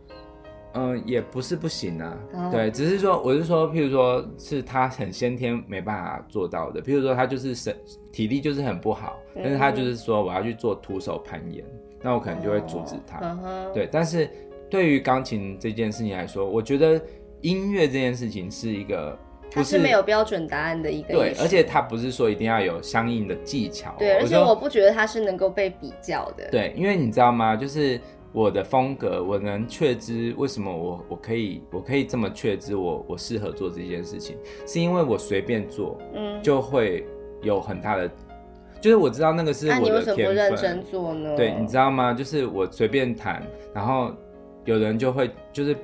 [SPEAKER 2] 嗯、也不是不行啊，
[SPEAKER 1] 哦
[SPEAKER 2] 对，只是说我是说，譬如说是他很先天没办法做到的，譬如说他就是身体力就是很不好，
[SPEAKER 1] 嗯
[SPEAKER 2] 但是他就是说我要去做徒手攀岩，那我可能就会阻止他。
[SPEAKER 1] 嗯哼，
[SPEAKER 2] 对，但是对于钢琴这件事情来说，我觉得音乐这件事情是一个。不
[SPEAKER 1] 他是没有标准答案的一个
[SPEAKER 2] 对
[SPEAKER 1] 艺，术
[SPEAKER 2] 而且它不是说一定要有相应的技巧哦。
[SPEAKER 1] 对，而且
[SPEAKER 2] 说
[SPEAKER 1] 我不觉得他是能够被比较的，
[SPEAKER 2] 对，因为你知道吗？就是我的风格，我能确知为什么我我可以我可以这么确知我我适合做这件事情，是因为我随便做
[SPEAKER 1] 嗯，
[SPEAKER 2] 就会有很大的，就是我知道那个是
[SPEAKER 1] 那
[SPEAKER 2] 我
[SPEAKER 1] 啊你为
[SPEAKER 2] 的
[SPEAKER 1] 什么
[SPEAKER 2] 天
[SPEAKER 1] 不认
[SPEAKER 2] 分
[SPEAKER 1] 真。做呢？
[SPEAKER 2] 对，你知道吗？就是我随便弹，然后有人就会就是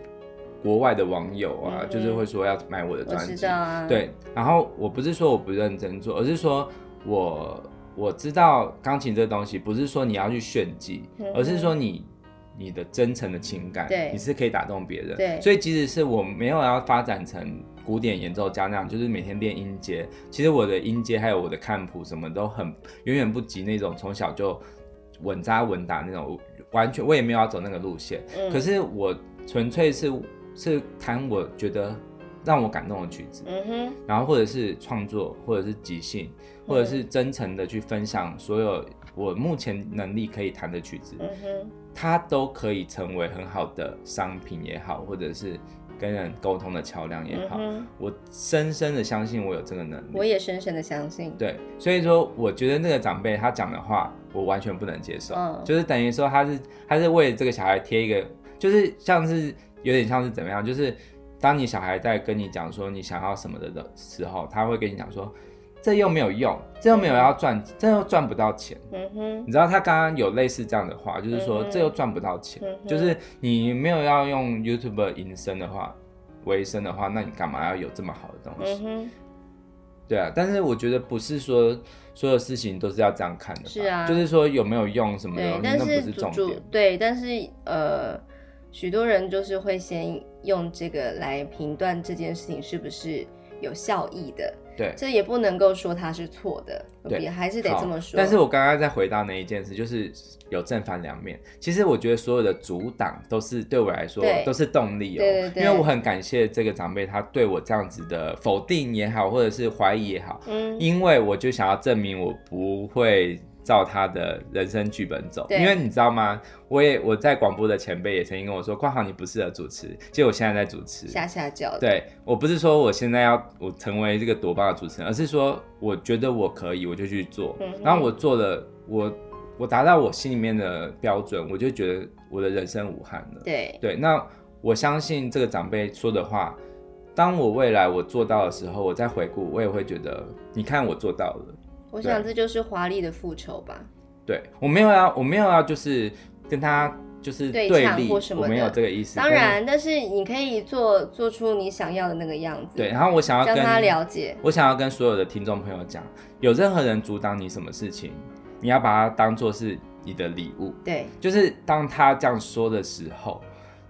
[SPEAKER 2] 国外的网友
[SPEAKER 1] 嗯
[SPEAKER 2] 啊，
[SPEAKER 1] 哼
[SPEAKER 2] 就是会说要买我的
[SPEAKER 1] 我
[SPEAKER 2] 专
[SPEAKER 1] 知
[SPEAKER 2] 辑
[SPEAKER 1] 道，啊，
[SPEAKER 2] 对，然后我不是说我不认真做，而是说我我知道钢琴这东西不是说你要去炫技，
[SPEAKER 1] 嗯哼
[SPEAKER 2] 而是说你你的真诚的情感，
[SPEAKER 1] 对
[SPEAKER 2] 你是可以打动别人。
[SPEAKER 1] 对
[SPEAKER 2] 所以即使是我没有要发展成古典演奏家那样，就是每天练音阶，其实我的音阶还有我的看谱什么都很远远不及那种从小就稳扎稳打那种，完全我也没有要走那个路线。
[SPEAKER 1] 嗯
[SPEAKER 2] 可是我纯粹是是弹我觉得让我感动的曲子，
[SPEAKER 1] 嗯哼，
[SPEAKER 2] 然后或者是创作，或者是即兴，或者是真诚的去分享所有我目前能力可以弹的曲子，
[SPEAKER 1] 嗯哼，
[SPEAKER 2] 它都可以成为很好的商品也好，或者是跟人沟通的桥梁也
[SPEAKER 1] 嗯
[SPEAKER 2] 好。
[SPEAKER 1] 哼，
[SPEAKER 2] 我深深的相信我有这个能力。
[SPEAKER 1] 我也深深的相信，
[SPEAKER 2] 对，所以说我觉得那个长辈他讲的话，我完全不能接受，
[SPEAKER 1] 嗯
[SPEAKER 2] 就是等于说他是他是为了这个小孩贴一个，就是像是有点像是怎么样，就是当你小孩在跟你讲说你想要什么的的时候，他会跟你讲说这又没有用，这又没有要赚，这又赚不到钱。
[SPEAKER 1] 嗯哼，
[SPEAKER 2] 你知道他刚刚有类似这样的话，就是
[SPEAKER 1] 嗯
[SPEAKER 2] 说
[SPEAKER 1] 哼
[SPEAKER 2] 这又赚不到钱，
[SPEAKER 1] 嗯哼
[SPEAKER 2] 就是你没有要用 YouTube 营生的话，维生的话，那你干嘛要有这么好的东西？
[SPEAKER 1] 嗯哼，
[SPEAKER 2] 对啊，但是我觉得不是说所有事情都是要这样看的吧，
[SPEAKER 1] 是啊
[SPEAKER 2] 就是说有没有用什么的
[SPEAKER 1] 对，，
[SPEAKER 2] 那
[SPEAKER 1] 但
[SPEAKER 2] 不
[SPEAKER 1] 是
[SPEAKER 2] 是
[SPEAKER 1] 主
[SPEAKER 2] 重
[SPEAKER 1] 主
[SPEAKER 2] 点。
[SPEAKER 1] 对，但是呃，许多人就是会先用这个来评断这件事情是不是有效益的，
[SPEAKER 2] 对，
[SPEAKER 1] 这也不能够说它是错的，
[SPEAKER 2] 对
[SPEAKER 1] 也还是得
[SPEAKER 2] 好
[SPEAKER 1] 这么说。
[SPEAKER 2] 但是我刚刚在回到那一件事，就是有正反两面。其实我觉得所有的阻挡都是对我来说
[SPEAKER 1] 对
[SPEAKER 2] 都是动力哦，
[SPEAKER 1] 对对对
[SPEAKER 2] 因为我很感谢这个长辈，他对我这样子的否定也好，或者是怀疑也好，
[SPEAKER 1] 嗯，
[SPEAKER 2] 因为我就想要证明我不会照他的人生剧本走。
[SPEAKER 1] 对
[SPEAKER 2] 因为你知道吗？我也我在广播的前辈也曾经跟我说，冠豪你不适合主持，结果我现在在主持。
[SPEAKER 1] 下下脚的，
[SPEAKER 2] 对我不是说我现在要我成为这个多棒的主持人，而是说我觉得我可以，我就去做。
[SPEAKER 1] 嗯哼
[SPEAKER 2] 然后我做了，我我达到我心里面的标准，我就觉得我的人生无憾了。
[SPEAKER 1] 对
[SPEAKER 2] 对，那我相信这个长辈说的话，当我未来我做到的时候，我再回顾，我也会觉得，你看我做到了。
[SPEAKER 1] 我想这就是华丽的复仇吧。
[SPEAKER 2] 对我没有要，我没有要，就是跟他就是
[SPEAKER 1] 对
[SPEAKER 2] 对
[SPEAKER 1] 呛
[SPEAKER 2] 立，
[SPEAKER 1] 或什么
[SPEAKER 2] 我没有
[SPEAKER 1] 的
[SPEAKER 2] 这个意思。
[SPEAKER 1] 当
[SPEAKER 2] 但是
[SPEAKER 1] 然，但是你可以做做出你想要的那个样子，
[SPEAKER 2] 对，然后我想要
[SPEAKER 1] 让
[SPEAKER 2] 跟
[SPEAKER 1] 他了解。
[SPEAKER 2] 我想要跟所有的听众朋友讲，有任何人阻挡你什么事情，你要把它当做是你的礼物。
[SPEAKER 1] 对，
[SPEAKER 2] 就是当他这样说的时候，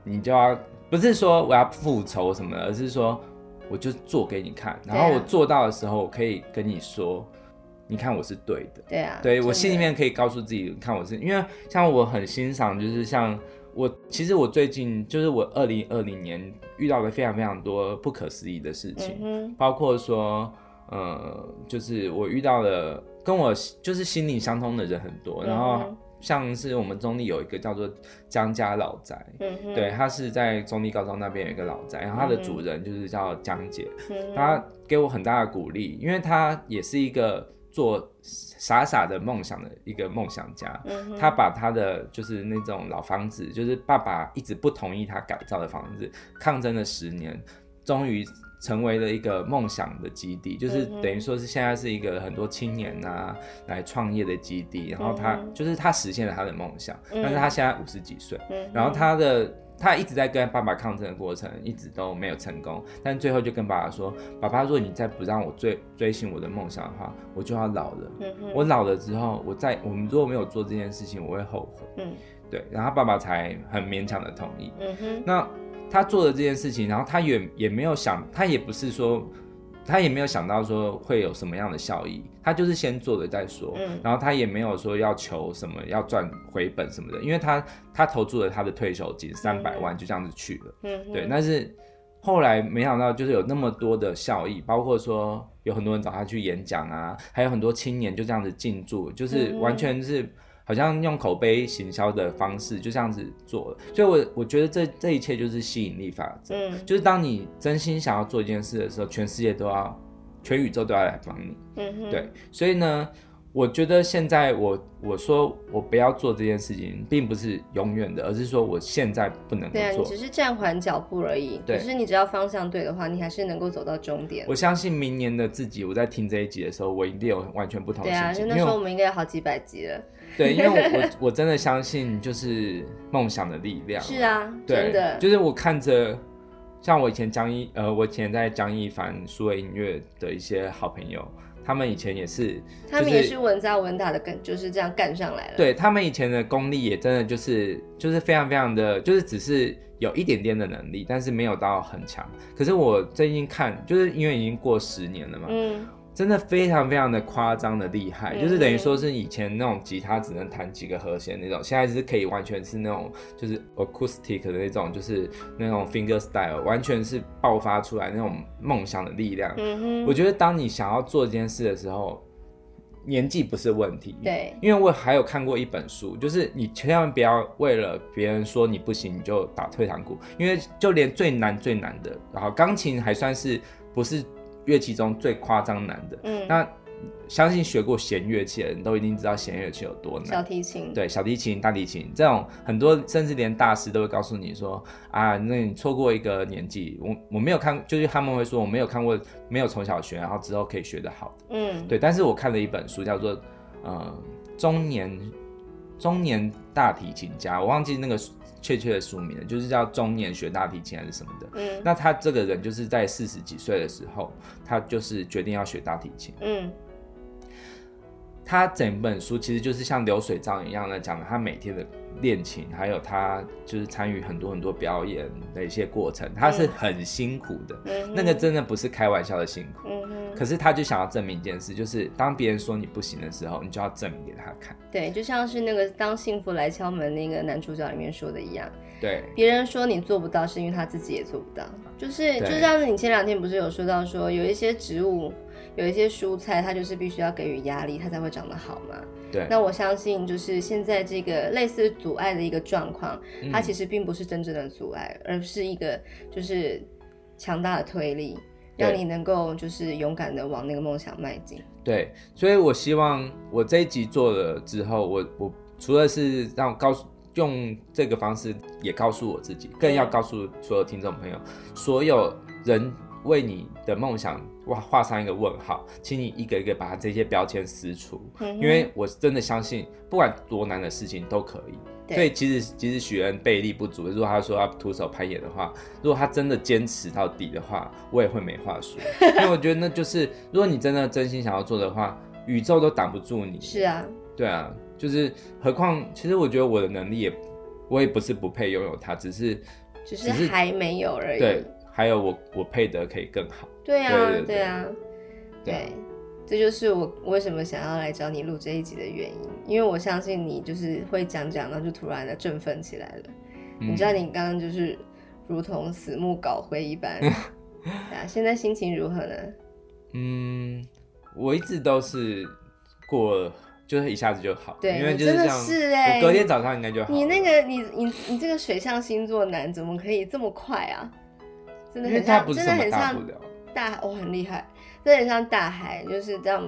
[SPEAKER 2] 你就要不是说我要复仇什么的，而是说我就做给你看，
[SPEAKER 1] 对啊
[SPEAKER 2] 然后我做到的时候，我可以跟你说，你看我是对的。
[SPEAKER 1] 对啊，
[SPEAKER 2] 对
[SPEAKER 1] 真
[SPEAKER 2] 我
[SPEAKER 1] 的
[SPEAKER 2] 心里，面可以告诉自己，你看我是因为像我很欣赏，就是像我其实我最近就是我二零二零年遇到了非常非常多不可思议的事情
[SPEAKER 1] 嗯，哼，
[SPEAKER 2] 包括说，呃，就是我遇到了跟我就是心灵相通的人很多，
[SPEAKER 1] 嗯哼
[SPEAKER 2] 然后像是我们中立有一个叫做江家老宅，
[SPEAKER 1] 嗯哼，
[SPEAKER 2] 对，他是在中立高中那边有一个老宅，然后他的主人就是叫江姐，
[SPEAKER 1] 嗯哼，
[SPEAKER 2] 他给我很大的鼓励，因为他也是一个做傻傻的梦想的一个梦想家。
[SPEAKER 1] 嗯哼，
[SPEAKER 2] 他把他的就是那种老房子，就是爸爸一直不同意他改造的房子，抗争了十年，终于成为了一个梦想的基地，就是
[SPEAKER 1] 嗯哼
[SPEAKER 2] 等于说是现在是一个很多青年啊来创业的基地。然后他
[SPEAKER 1] 嗯哼
[SPEAKER 2] 就是他实现了他的梦想，
[SPEAKER 1] 嗯
[SPEAKER 2] 但是他现在五十几岁，
[SPEAKER 1] 嗯哼
[SPEAKER 2] 然后他的。他一直在跟爸爸抗争的过程，一直都没有成功，但最后就跟爸爸说：“爸爸，如果你再不让我追追寻我的梦想的话，我就要老了。
[SPEAKER 1] 嗯哼
[SPEAKER 2] 我老了之后，我再我们如果没有做这件事情，我会后悔。
[SPEAKER 1] 嗯
[SPEAKER 2] 对，然后他爸爸才很勉强的同意。
[SPEAKER 1] 嗯哼
[SPEAKER 2] 那他做了这件事情，然后他也也没有想，他也不是说，他也没有想到说会有什么样的效益，他就是先做了再说。
[SPEAKER 1] 嗯
[SPEAKER 2] 然后他也没有说要求什么要赚回本什么的，因为他他投注了他的退休金三百万，就这样子去了。
[SPEAKER 1] 嗯哼，
[SPEAKER 2] 对，但是后来没想到就是有那么多的效益，包括说有很多人找他去演讲啊，还有很多青年就这样子进驻，就是
[SPEAKER 1] 嗯
[SPEAKER 2] 完全是好像用口碑行销的方式就这样子做了。所以我，我觉得这这一切就是吸引力法则，
[SPEAKER 1] 嗯
[SPEAKER 2] 就是当你真心想要做一件事的时候，全世界都要，全宇宙都要来帮你。
[SPEAKER 1] 嗯哼
[SPEAKER 2] 对，所以呢，我觉得现在我我说我不要做这件事情，并不是永远的，而是说我现在不能够
[SPEAKER 1] 对啊，你
[SPEAKER 2] 做。
[SPEAKER 1] 只是暂缓脚步而已。
[SPEAKER 2] 对
[SPEAKER 1] 可是你只要方向对的话，你还是能够走到终点
[SPEAKER 2] 我。相信明年的自己，我在听这一集的时候，我一定有完全不同的
[SPEAKER 1] 对啊，
[SPEAKER 2] 心
[SPEAKER 1] 就
[SPEAKER 2] 情。
[SPEAKER 1] 那
[SPEAKER 2] 因
[SPEAKER 1] 时
[SPEAKER 2] 为
[SPEAKER 1] 候我
[SPEAKER 2] 我
[SPEAKER 1] 们应该有好几百集了。
[SPEAKER 2] 对，因 为我我我真的相信就是梦想的力量。
[SPEAKER 1] 是，啊，
[SPEAKER 2] 对，
[SPEAKER 1] 真的，
[SPEAKER 2] 就是我看着。像我以前江一，呃，我以前在江一凡数位音乐的一些好朋友，他们以前也是，
[SPEAKER 1] 他们
[SPEAKER 2] 就是
[SPEAKER 1] 也是稳扎稳打的跟，就是这样干上来了。，
[SPEAKER 2] 对他啊们以前的功力也真的就是就是非常非常的，就是只是有一点点的能力，但是没有到很强。可是我最近看，就是因为已经过十年了嘛，
[SPEAKER 1] 嗯
[SPEAKER 2] 真的非常非常的夸张的厉害，
[SPEAKER 1] 嗯
[SPEAKER 2] 就是等于说是以前那种吉他只能弹几个和弦那种，现在是可以完全是那种就是 acoustic 的那种，就是那种 finger style，完全是爆发出来那种梦想的力量。
[SPEAKER 1] 嗯哼，
[SPEAKER 2] 我觉得当你想要做这件事的时候，年纪不是问题。。
[SPEAKER 1] 对，
[SPEAKER 2] 因为我还有看过一本书，就是你千万不要为了别人说你不行，你就打退堂鼓，因为就连最难最难的，然后钢琴还算是不是乐器中最夸张难的。
[SPEAKER 1] 嗯，
[SPEAKER 2] 那相信学过弦乐器的人都一定知道弦乐器有多
[SPEAKER 1] 小
[SPEAKER 2] 难。
[SPEAKER 1] 提琴，
[SPEAKER 2] 对，小提琴、大提琴这种很多，甚至连大师都会告诉你说啊，那你错过一个年纪，我我没有看，就是他们会说我没有看过，没有从小学，然后之后可以学得好。
[SPEAKER 1] 嗯，
[SPEAKER 2] 对，但是我看了一本书，叫做呃中年中年大提琴家，我忘记那个书确切的书名了，就是叫中年学大提琴还是什么的。
[SPEAKER 1] 嗯
[SPEAKER 2] 那他这个人就是在四十几岁的时候，他就是决定要学大提琴。
[SPEAKER 1] 嗯
[SPEAKER 2] 他整本书其实就是像流水账一样的讲了他每天的练琴，还有他就是参与很多很多表演的一些过程，他是
[SPEAKER 1] 嗯
[SPEAKER 2] 很辛苦的，
[SPEAKER 1] 嗯，
[SPEAKER 2] 那个，真的不是开玩笑的辛苦。
[SPEAKER 1] 嗯哼，
[SPEAKER 2] 可是他就想要证明一件事，就是当别人说你不行的时候，你就要证明给他看。
[SPEAKER 1] 对，就像是那个《当幸福来敲门》那个男主角里面说的一样，
[SPEAKER 2] 对，
[SPEAKER 1] 别人说你做不到，是因为他自己也做不到。就是
[SPEAKER 2] 对
[SPEAKER 1] 就像是你前两天不是有说到说，有一些植物，有一些蔬菜，它就是必须要给予压力，它才会长得好嘛。
[SPEAKER 2] 对，
[SPEAKER 1] 那我相信，就是现在这个类似阻碍的一个状况，它
[SPEAKER 2] 嗯
[SPEAKER 1] 其实并不是真正的阻碍，而是一个就是强大的推力，
[SPEAKER 2] 对
[SPEAKER 1] 让你能够就是勇敢的往那个梦想迈进。
[SPEAKER 2] 对，所以我希望我这一集做了之后，我我除了是让我告诉用这个方式也告诉我自己，更要告诉所有听众朋友，所有人为你的梦想画画上一个问号，请你一个一个把这些标签撕除，
[SPEAKER 1] 因
[SPEAKER 2] 因为我真的相信，不管多难的事情都可以。
[SPEAKER 1] 对
[SPEAKER 2] 所以其实其实许恩背力不足，如果他说要徒手攀岩的话，如果他真的坚持到底的话，我也会没话说。因为我觉得那就是，如果你真的真心想要做的话，宇宙都挡不住你。
[SPEAKER 1] 是啊，
[SPEAKER 2] 对啊，就是何况，其实我觉得我的能力也，我也不是不配拥有它，只是
[SPEAKER 1] 只是
[SPEAKER 2] 只是
[SPEAKER 1] 还没有而已。
[SPEAKER 2] 对，还有我我配得可以更好。
[SPEAKER 1] 对啊，
[SPEAKER 2] 对对对
[SPEAKER 1] 对啊，
[SPEAKER 2] 对啊
[SPEAKER 1] 对，这就是我为什么想要来找你录这一集的原因，因为我相信你就是会讲讲，然后就突然的振奋起来了。你
[SPEAKER 2] 嗯
[SPEAKER 1] 知道你刚刚就是如同死木搞灰一 般。对啊，现在心情如何呢？
[SPEAKER 2] 嗯，我一直都是过，就是一下子就好，
[SPEAKER 1] 对
[SPEAKER 2] 因为
[SPEAKER 1] 你
[SPEAKER 2] 就是
[SPEAKER 1] 真的
[SPEAKER 2] 这样，
[SPEAKER 1] 是欸
[SPEAKER 2] 我隔天早上应该就好了。
[SPEAKER 1] 你那个你你你这个水象星座男怎么可以这么快啊？真的
[SPEAKER 2] 因为
[SPEAKER 1] 很
[SPEAKER 2] 它
[SPEAKER 1] 像，
[SPEAKER 2] 不是
[SPEAKER 1] 真
[SPEAKER 2] 什
[SPEAKER 1] 的
[SPEAKER 2] 么
[SPEAKER 1] 很
[SPEAKER 2] 大
[SPEAKER 1] 像
[SPEAKER 2] 不了，
[SPEAKER 1] 大，我、哦、很厉害，真的很像大海，就是这样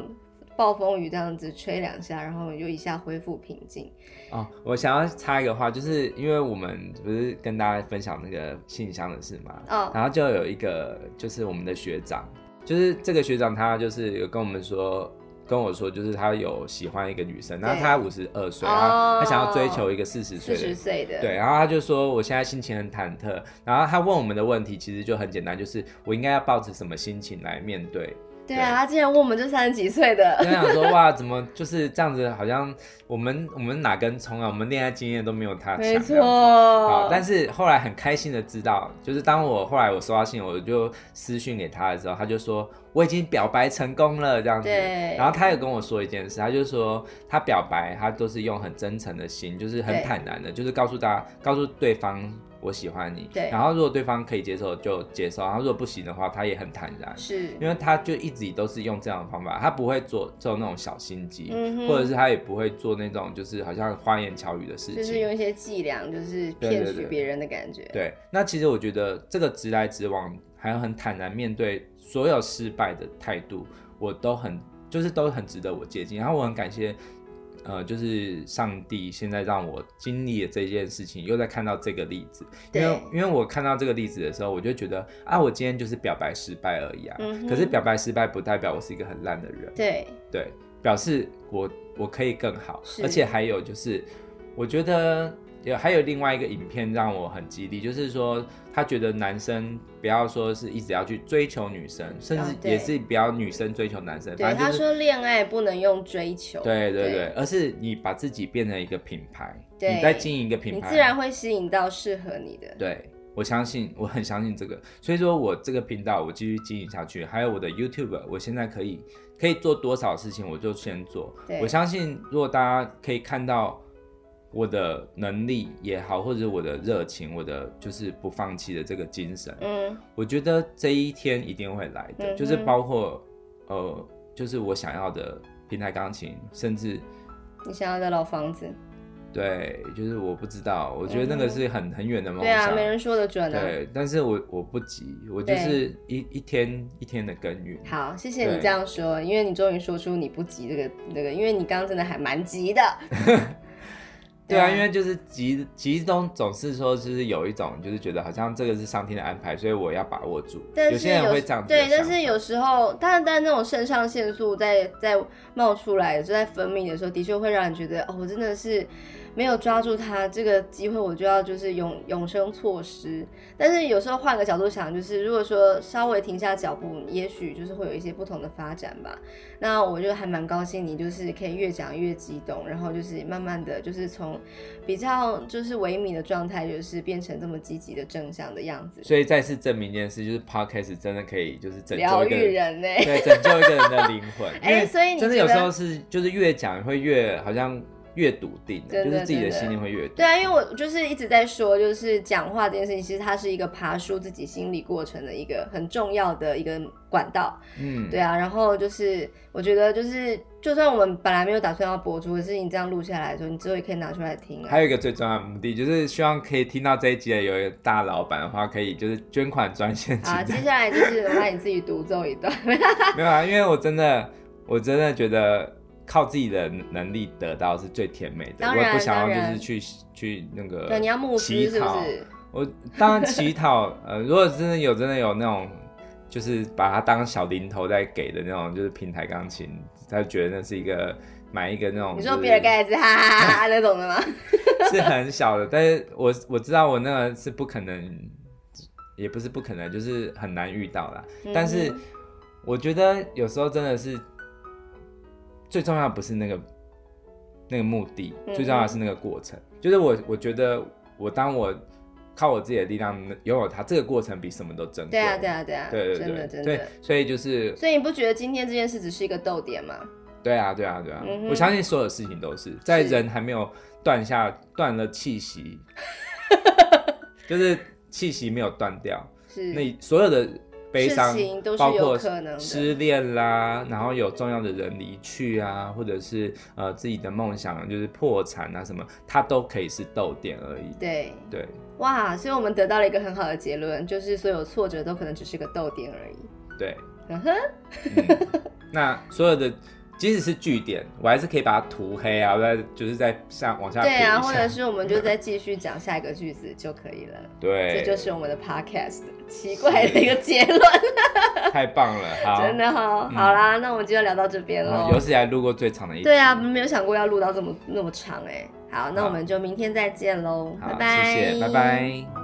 [SPEAKER 1] 暴风雨这样子吹两下，然后你就一下恢复平静。
[SPEAKER 2] 哦，我想要插一个话，就是因为我们不是跟大家分享那个信箱的事嘛，
[SPEAKER 1] 哦
[SPEAKER 2] 然后就有一个就是我们的学长，就是这个学长他就是有跟我们说。跟我说，就是他有喜欢一个女生，然后
[SPEAKER 1] 对
[SPEAKER 2] 他五十二岁，
[SPEAKER 1] 哦
[SPEAKER 2] 他他想要追求一个四十岁
[SPEAKER 1] 四
[SPEAKER 2] 的
[SPEAKER 1] 十岁的，
[SPEAKER 2] 对，然啊后他就说我现在心情很忐忑，然后他问我们的问题其实就很简单，就是我应该要抱持什么心情来面对？
[SPEAKER 1] 对
[SPEAKER 2] 对
[SPEAKER 1] 啊，他竟然问我们这三十几岁的，
[SPEAKER 2] 就想说哇，怎么就是这样子？好像我们我们哪根葱啊？我们恋爱经验都没有他强。
[SPEAKER 1] 没
[SPEAKER 2] 这样子好
[SPEAKER 1] 错，。
[SPEAKER 2] 但是后来很开心的知道，就是当我后来我收到信，我就私讯给他的时候，他就说我已经表白成功了这样子。
[SPEAKER 1] 对
[SPEAKER 2] 然后他有跟我说一件事，他就说他表白，他都是用很真诚的心，就是很
[SPEAKER 1] 对
[SPEAKER 2] 坦然的，就是告诉大家，告诉对方我喜欢你。
[SPEAKER 1] 对
[SPEAKER 2] 然后如果对方可以接受就接受，然后如果不行的话，他也很坦然。
[SPEAKER 1] 是，
[SPEAKER 2] 因为他就一直都是用这样的方法，他不会做做那种小心机，
[SPEAKER 1] 嗯哼
[SPEAKER 2] 或者是他也不会做那种就是好像花言巧语的事情，
[SPEAKER 1] 就是用一些伎俩，就是
[SPEAKER 2] 对
[SPEAKER 1] 骗
[SPEAKER 2] 对
[SPEAKER 1] 取
[SPEAKER 2] 对
[SPEAKER 1] 别人的感觉。
[SPEAKER 2] 对，那其实我觉得这个直来直往，还有很坦然面对所有失败的态度，我都很就是都很值得我借鉴。然后我很感谢，呃，就是上帝现在让我经历了这件事情，又在看到这个例子，因为
[SPEAKER 1] 对
[SPEAKER 2] 因为我看到这个例子的时候，我就觉得啊，我今天就是表白失败而已啊。
[SPEAKER 1] 嗯哼
[SPEAKER 2] 可是表白失败不代表我是一个很烂的人，
[SPEAKER 1] 对
[SPEAKER 2] 对，表示我我可以更好，
[SPEAKER 1] 是
[SPEAKER 2] 而且还有就是，我觉得有还有另外一个影片让我很激励，就是说他觉得男生不要说是一直要去追求女生，甚至
[SPEAKER 1] 啊对
[SPEAKER 2] 也是不要女生追求男生，
[SPEAKER 1] 对，
[SPEAKER 2] 反正
[SPEAKER 1] 他
[SPEAKER 2] 就是。
[SPEAKER 1] 说恋爱不能用追求，
[SPEAKER 2] 对对
[SPEAKER 1] 对
[SPEAKER 2] 对，而是你把自己变成一个品牌，
[SPEAKER 1] 对
[SPEAKER 2] 你在经营一个品
[SPEAKER 1] 你
[SPEAKER 2] 牌，
[SPEAKER 1] 自然会吸引到适合你的。
[SPEAKER 2] 对，我相信，我很相信这个，所以说我这个频道我继续经营下去，还有我的 YouTube，我现在可以可以做多少事情我就先做
[SPEAKER 1] 对。
[SPEAKER 2] 我相信，如果大家可以看到我的能力也好，或者是我的热情，我的就是不放弃的这个精神，
[SPEAKER 1] 嗯，
[SPEAKER 2] 我觉得这一天一定会来的，
[SPEAKER 1] 嗯哼
[SPEAKER 2] 就是包括呃，就是我想要的平台钢琴，甚至。
[SPEAKER 1] 你想要的老房子，
[SPEAKER 2] 对，就是我不知道，我觉得那
[SPEAKER 1] 嗯
[SPEAKER 2] 个
[SPEAKER 1] 哼
[SPEAKER 2] 是很很远的梦
[SPEAKER 1] 对
[SPEAKER 2] 想。
[SPEAKER 1] 啊，没人说的准啊。
[SPEAKER 2] 对，但是我我不急，我就是一一天一天的耕耘。
[SPEAKER 1] 好，谢谢你
[SPEAKER 2] 对
[SPEAKER 1] 这样说，因为你终于说出你不急这个那个，因为你刚刚真的还蛮急的。
[SPEAKER 2] 对啊，因为就是急急中总是说，就是有一种就是觉得好像这个是上天的安排，所以我要把握住。
[SPEAKER 1] 但是
[SPEAKER 2] 有些人会这样子的
[SPEAKER 1] 对，但
[SPEAKER 2] 想法
[SPEAKER 1] 是有时候，但但那种肾上腺素在在冒出来，就在分泌的时候，的确会让你觉得，哦，我真的是没有抓住它这个机会，我就要就是永永生错失。但是有时候换个角度想，就是如果说稍微停下脚步，也许就是会有一些不同的发展吧。那我就还蛮高兴，你就是可以越讲越激动，然后就是慢慢的就是从比较就是萎靡的状态，就是变成这么积极的正向的样子，
[SPEAKER 2] 所以再次证明一件事，就是 podcast 真的可以就是拯
[SPEAKER 1] 疗
[SPEAKER 2] 救一
[SPEAKER 1] 愈
[SPEAKER 2] 个人，
[SPEAKER 1] 人呢、
[SPEAKER 2] 对，拯救一个人的灵 魂。因
[SPEAKER 1] 哎
[SPEAKER 2] 为
[SPEAKER 1] 所以你
[SPEAKER 2] 真的
[SPEAKER 1] 觉
[SPEAKER 2] 有时
[SPEAKER 1] 得
[SPEAKER 2] 候是就是越讲会越好像越笃定，
[SPEAKER 1] 真
[SPEAKER 2] 就
[SPEAKER 1] 的
[SPEAKER 2] 是自己
[SPEAKER 1] 真
[SPEAKER 2] 的
[SPEAKER 1] 的
[SPEAKER 2] 信念会越笃
[SPEAKER 1] 对啊，因为我就是一直在说，就是讲话这件事情，其实它是一个爬出自己心理过程的一个很重要的一个管道。
[SPEAKER 2] 嗯，
[SPEAKER 1] 对啊，然后就是我觉得就是，就算我们本来没有打算要播出，可是你这样录下来的时候，你之后也可以拿出来听啊。
[SPEAKER 2] 还有一个最重要的目的，就是希望可以听到这一集的有一个大老板的话，可以就是捐款专线请
[SPEAKER 1] 好，接下来就是我让你自己独奏一段。
[SPEAKER 2] 没有啊，因为我真的，我真的觉得靠自己的能力得到是最甜美的。
[SPEAKER 1] 当
[SPEAKER 2] 我
[SPEAKER 1] 然
[SPEAKER 2] 也不想
[SPEAKER 1] 当
[SPEAKER 2] 要就
[SPEAKER 1] 然
[SPEAKER 2] 是去去那个乞讨。
[SPEAKER 1] 对，你要募资是不是？
[SPEAKER 2] 我 当然乞讨，呃，如果真的有真的有那种，就是把它当小零头在给的那种，就是平台钢琴，他觉得那是一个买一个那种、
[SPEAKER 1] 你
[SPEAKER 2] 就是，
[SPEAKER 1] 说比尔盖茨哈哈哈哈那种的吗？
[SPEAKER 2] 是很小的，但是我我知道我那个是不可能，也不是不可能，就是很难遇到啦。
[SPEAKER 1] 嗯
[SPEAKER 2] 但是我觉得有时候真的是最重要，不是那个那个目的，
[SPEAKER 1] 嗯
[SPEAKER 2] 最重要的是那个过程。就是我我觉得我当我靠我自己的力量拥有它，这个过程比什么都珍贵。
[SPEAKER 1] 对啊，对啊，对啊，
[SPEAKER 2] 对对
[SPEAKER 1] 真
[SPEAKER 2] 对
[SPEAKER 1] 的真
[SPEAKER 2] 对
[SPEAKER 1] 的。，
[SPEAKER 2] 所以就是
[SPEAKER 1] 所以你不觉得今天这件事只是一个逗点吗？
[SPEAKER 2] 对啊，对啊，对啊！
[SPEAKER 1] 嗯哼
[SPEAKER 2] 我相信所有事情都是在人还没有断下断了 气息，就是气息没有断掉，
[SPEAKER 1] 是
[SPEAKER 2] 那所有的悲
[SPEAKER 1] 嗯
[SPEAKER 2] 伤
[SPEAKER 1] 事情都，是
[SPEAKER 2] 包
[SPEAKER 1] 有
[SPEAKER 2] 括
[SPEAKER 1] 可能的
[SPEAKER 2] 失恋啦，然后有重要的人离去啊，或者是呃自己的梦想就是破产啊什么，它都可以是逗点而已。
[SPEAKER 1] 对。
[SPEAKER 2] 对，
[SPEAKER 1] 哇，所以我们得到了一个很好的结论，就是所有挫折都可能只是个逗点而已。
[SPEAKER 2] 对，
[SPEAKER 1] 嗯哼，
[SPEAKER 2] 嗯，那所有的即使是据点，我还是可以把它涂黑啊，再就是再上往下
[SPEAKER 1] 对啊，
[SPEAKER 2] 撇
[SPEAKER 1] 或
[SPEAKER 2] 一
[SPEAKER 1] 者
[SPEAKER 2] 下
[SPEAKER 1] 是我们就再继续讲下一个句子就可 以了。这
[SPEAKER 2] 对，
[SPEAKER 1] 就是我们的 podcast 奇怪的一个结论，
[SPEAKER 2] 太棒了， 好，
[SPEAKER 1] 真的好，
[SPEAKER 2] 嗯
[SPEAKER 1] 好啦，那我们今天聊到这边
[SPEAKER 2] 然
[SPEAKER 1] 喽
[SPEAKER 2] 后。有史以来录过最长的一集，
[SPEAKER 1] 哦对啊，没有想过要录到这么那么长哎、好，那
[SPEAKER 2] 好
[SPEAKER 1] 我们就明天再见喽，
[SPEAKER 2] 好，
[SPEAKER 1] 拜拜，
[SPEAKER 2] 谢谢，拜拜。